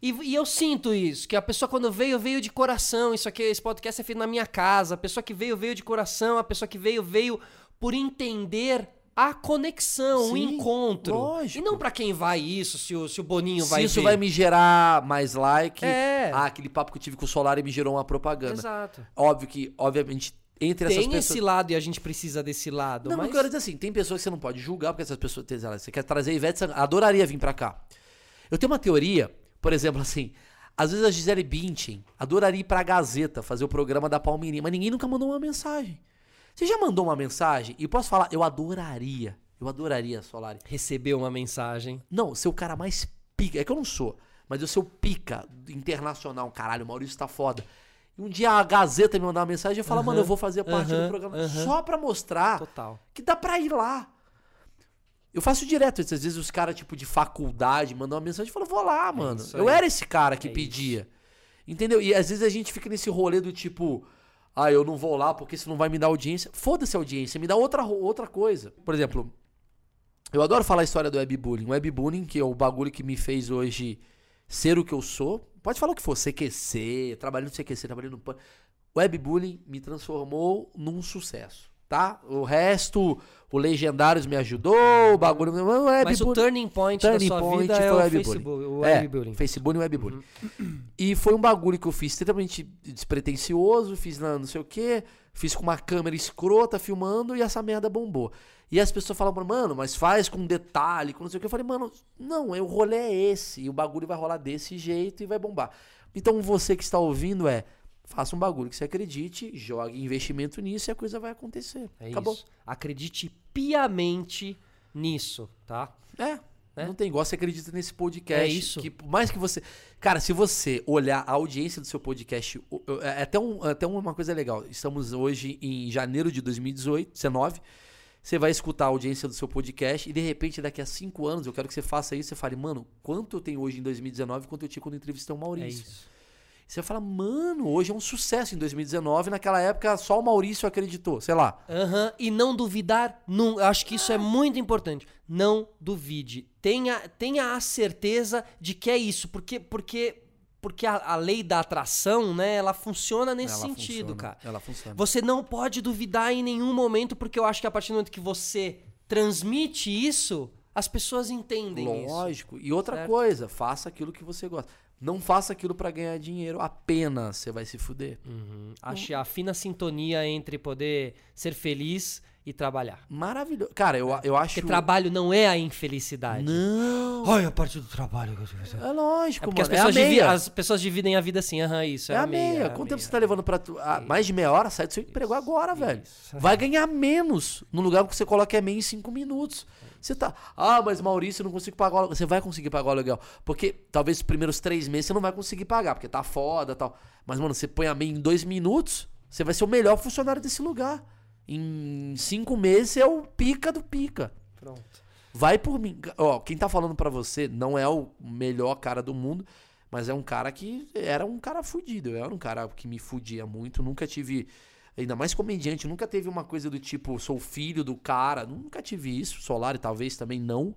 e- e eu sinto isso, que a pessoa quando veio, veio de coração. Isso aqui, esse podcast é feito na minha casa. A pessoa que veio, veio de coração. A pessoa que veio, veio por entender a conexão, o Sim, encontro. lógico. E não pra quem vai isso, se o, se o Boninho Se vai isso ver. vai me gerar mais like. É. Ah, aquele papo que eu tive com o Solar e me gerou uma propaganda. Exato. Óbvio que, obviamente, entre essas Tem pessoas. esse lado e a gente precisa desse lado. Não, mas... mas... eu quero dizer assim, tem pessoas que você não pode julgar, porque essas pessoas. tem- sei lá, Você quer trazer a Ivete Sangalo. Adoraria vir pra cá. Eu tenho uma teoria, por exemplo, assim. Às vezes a Gisele Bündchen adoraria ir pra Gazeta fazer o programa da Palmeirinha, mas ninguém nunca mandou uma mensagem. Você já mandou uma mensagem? E posso falar, eu adoraria. Eu adoraria, Solari. Recebeu uma mensagem. Não, ser o cara mais pica. É que eu não sou, mas eu sou o pica internacional. Caralho, o Maurício tá foda. E um dia a Gazeta me mandar uma mensagem e eu falar, mano, eu vou fazer parte aham, do programa. aham. Só pra mostrar Total. que dá pra ir lá. Eu faço direto. isso. Às vezes os caras, tipo, de faculdade, mandam uma mensagem e falam, vou lá, mano. É isso eu aí. era esse cara que É pedia. Entendeu? E às vezes a gente fica nesse rolê do tipo, ah, eu não vou lá porque isso não vai me dar audiência. Foda-se a audiência, me dá outra, ro- outra coisa. Por exemplo, eu adoro falar a história do webbullying. O webbullying, que é o bagulho que me fez hoje ser o que eu sou. Pode falar o que for, CQC, trabalhei no CQC, trabalhei no PAN. Webbullying me transformou num sucesso, tá? O resto, o Legendários me ajudou, o bagulho... O Mas o é webbullying- turning point da Turning sua point vida foi é o o webbullying. Facebook. O Uhum. É, webbullying. Facebook e webbullying. E foi um bagulho que eu fiz extremamente despretensioso, fiz na não sei o quê, fiz com uma câmera escrota filmando e essa merda bombou. E as pessoas falavam, mano, mas faz com detalhe, com não sei o quê. Eu falei, mano, não, é- o rolê é esse, e o bagulho vai rolar desse jeito e vai bombar. Então você que está ouvindo é, faça um bagulho que você acredite, jogue investimento nisso e a coisa vai acontecer. É Acabou. isso. Acredite piamente nisso, tá? É. Né? Não tem igual você acredita nesse podcast. É isso. Que, por mais que você. Cara, se você olhar a audiência do seu podcast. o- o- É até, um, até uma coisa legal. Estamos hoje em janeiro de 2018, 19. Você vai escutar a audiência do seu podcast e de repente, daqui a cinco anos, eu quero que você faça isso. Você fale, mano, quanto eu tenho hoje em 2019 quanto eu tinha quando eu entrevistei o É Maurício. isso. Você fala, mano, hoje é um sucesso em 2019. Naquela época, só o Maurício acreditou, sei lá. Aham, E não duvidar nunca. Eu Acho que isso é muito importante. Não duvide. Tenha, tenha a certeza de que é isso. Porque, porque, porque a, a lei da atração, né, ela funciona nesse Ela sentido, funciona, cara. Ela funciona. Você não pode duvidar em nenhum momento, porque eu acho que a partir do momento que você transmite isso, as pessoas entendem isso. Lógico. E outra Certo? coisa, faça aquilo que você gosta. Não faça aquilo pra ganhar dinheiro apenas, você vai se fuder. Hum. Acho a fina sintonia entre poder ser feliz e trabalhar. Maravilhoso. Cara, eu, eu acho. É, Porque trabalho não é a infelicidade. Não. Olha a parte do trabalho que eu tive que fazer. É lógico, É porque as mano. É a pessoas, divi- meia. as pessoas dividem a vida assim, aham, isso. É a meia. Quanto tempo você tá levando pra. Tu... ah, mais de meia hora? Sai do seu emprego agora, velho. isso. Vai ganhar menos no lugar que você coloca é meia em cinco minutos. Você tá. Ah, mas Maurício, eu não consigo pagar o aluguel. Você vai conseguir pagar o aluguel. Porque talvez os primeiros três meses você não vai conseguir pagar, porque tá foda e tal. Mas, mano, você põe a meia em dois minutos, você vai ser o melhor funcionário desse lugar. Em cinco meses você é o pica do pica. Pronto. Vai por mim. Ó, quem tá falando pra você não é o melhor cara do mundo, mas é um cara que era um cara fudido. Eu era um cara que me fudia muito, nunca tive. Ainda mais comediante, nunca teve uma coisa do tipo, sou filho do cara. Nunca tive isso. Solari talvez também não.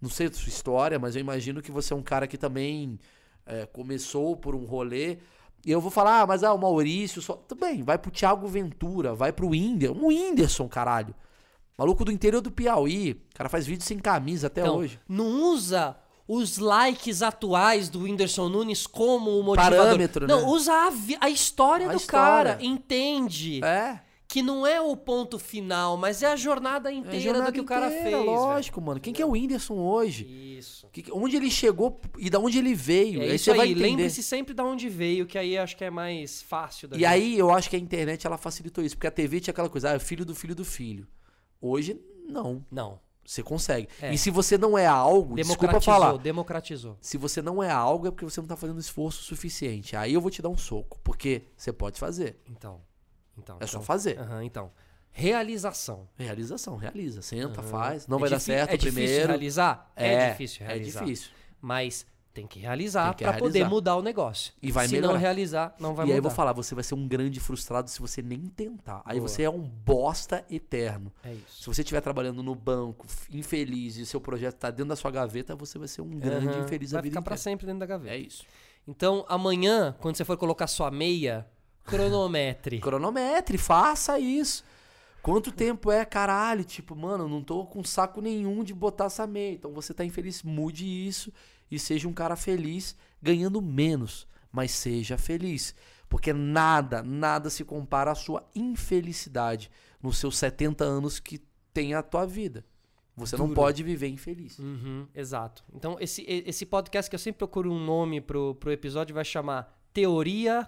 Não sei a sua história, mas eu imagino que você é um cara que também é, começou por um rolê. E eu vou falar, ah, mas ah, o Maurício só. Tudo bem, vai pro Thiago Ventura, vai pro Whindersson. Um Whindersson, caralho. Maluco do interior do Piauí. O cara faz vídeo sem camisa até Então, hoje. não usa os likes atuais do Whindersson Nunes como o motivador. Parâmetro, né? Não, usa a, vi- a história A do história. cara. Entende É. que não é o ponto final, mas é a jornada é inteira jornada do que o cara inteira, fez. velho. Lógico, mano. Quem que é o Whindersson hoje? Isso. Que- que- onde ele chegou e da onde ele veio? É aí isso você vai aí, entender. lembre-se sempre de onde veio, que aí acho que é mais fácil da E gente. aí eu acho que a internet ela facilitou isso, porque a TV tinha aquela coisa, ah, é filho do filho do filho. Hoje, não. Não, Você consegue. É. E se você não é algo, desculpa democratizou, falar. democratizou. Se você não é algo, é porque você não tá fazendo esforço suficiente. Aí eu vou te dar um soco, porque você pode fazer. Então, então. É só então. fazer. Aham, então. Realização. Realização, realiza. Senta, Aham. faz. Não É vai dar difi- certo é Difícil primeiro. realizar? É, difícil É realizar. difícil. Mas tem que realizar Tem que pra poder realizar. mudar o negócio. E vai Se melhorar. não realizar, não e vai mudar. aí eu vou falar, você vai ser um grande frustrado se você nem tentar. Aí Boa. você é um bosta eterno. É Se isso. você estiver trabalhando no banco, f- infeliz, e o seu projeto tá dentro da sua gaveta, você vai ser um grande Aham. infeliz a Vai vida ficar pra inteira. sempre dentro da gaveta. É isso. Então, amanhã, quando você for colocar sua meia, cronometre. Cronometre, faça isso. Quanto tempo é, caralho? Tipo, mano, não tô com saco nenhum de botar essa meia. Então você tá infeliz, mude isso e seja um cara feliz, ganhando menos, mas seja feliz. Porque nada, nada se compara à sua infelicidade nos seus 70 anos que tem a tua vida. Você não Duro. pode viver infeliz. Uhum, exato. Então, esse, e- esse podcast que eu sempre procuro um nome pro, pro episódio vai chamar Teoria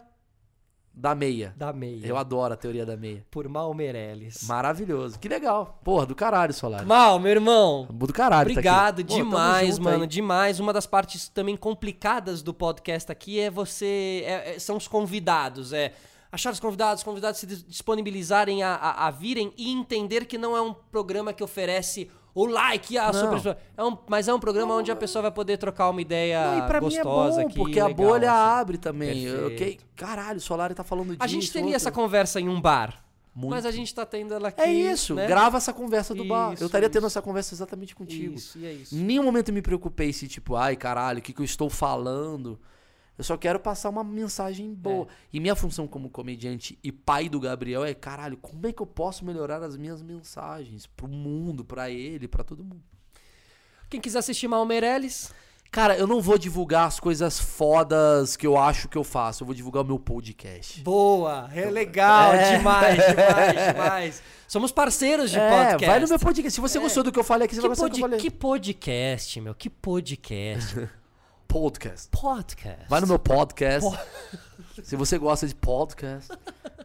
Da meia. Da meia. Eu adoro a teoria da meia. Por Mal Meirelles. Maravilhoso. Que legal. Porra, do caralho, Solar. Mal, meu irmão. Do caralho. tá aqui. Obrigado Pô, tamo demais, junto mano. aí. Demais. Uma das partes também complicadas do podcast aqui é você. é- é- são os convidados. É achar os convidados, os convidados se dis- disponibilizarem a, a- a virem e entender que não é um programa que oferece o like Não. a super. É um, mas é um programa onde a pessoa vai poder trocar uma ideia Não, e pra mim é gostosa bom, aqui, porque a legal, bolha assim. abre também. Eu- ok? Perfeito. Caralho, o Solari tá falando disso. A gente teria outro. essa conversa em um bar. Muito. Mas a gente tá tendo ela aqui. É isso, né? grava essa conversa do bar. Isso, Eu estaria tendo isso. essa conversa exatamente contigo. Isso, e é isso. Em nenhum momento eu me preocupei se, tipo, ai caralho, o que, que eu estou falando? Eu só quero passar uma mensagem É. boa. E minha função como comediante e pai do Gabriel é, caralho, como é que eu posso melhorar as minhas mensagens pro mundo, pra ele, pra todo mundo? Quem quiser assistir Mal Meirelles, Cara, eu não vou divulgar as coisas fodas que eu acho que eu faço. Eu vou divulgar o meu podcast. boa, é legal, demais, demais, demais. Somos parceiros de podcast. É, vai no meu podcast. Se você gostou do que eu falei aqui, você que, vai gostar do que eu pod- falei. que podcast, meu, que podcast. podcast. podcast. Vai no meu podcast. Se você gosta de podcast,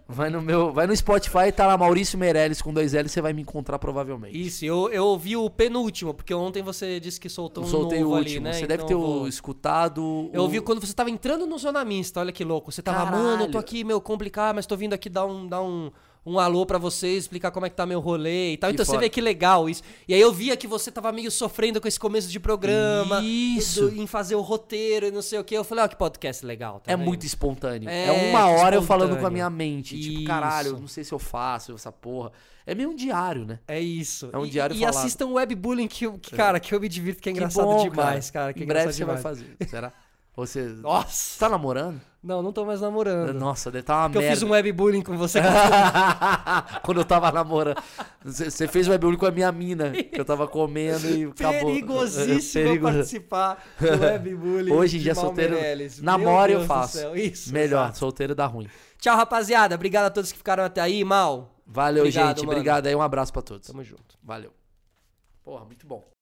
vai no meu, vai no Spotify, tá lá Maurício Meirelles com dois L, você vai me encontrar provavelmente. Isso, eu, eu ouvi o penúltimo, porque ontem você disse que soltou Eu um soltei o novo ali, último. né? Você deve Então ter eu vou- escutado. Eu o- ouvi quando você tava entrando no Zona Mista, olha que louco. Você tava, Caralho. mano, eu tô aqui, meu, complicado, mas tô vindo aqui dar um, dar um, um alô pra vocês, explicar como é que tá meu rolê e tal. Que então você foda. vê que legal isso. E aí eu via que você tava meio sofrendo com esse começo de programa. Isso. do- em fazer o roteiro e não sei o quê. Eu falei, ó, que podcast legal. tá É vendo? muito espontâneo. É, É, uma hora eu espontâneo. falando com a minha mente. Tipo, Isso. caralho, eu não sei se eu faço essa porra. É meio um diário, né? É isso. É um E- diário E, falado. assistam o Webbullying, que, eu- que, cara, que eu me divirto, que é Que engraçado bom, demais, cara. que é em breve engraçado você vai demais. fazer. Será? Você. Você Nossa! tá namorando? Não, não tô mais namorando. Nossa, deve tá uma Porque eu merda. fiz um webbullying com você. Quando eu tava namorando. Você fez o webbullying com a minha mina, que eu tava comendo e acabou. Perigosíssimo eu Perigo- participar do webbullying. Hoje em de dia Mal solteiro, Meirelles. namoro Meu eu Deus do faço. céu, Isso. Melhor, exato. solteiro dá ruim. Tchau, rapaziada. Obrigado a todos que ficaram até aí, Mal. Valeu, Obrigado, gente. mano. Obrigado aí. Um abraço pra todos. Tamo junto. Valeu. Porra, muito bom.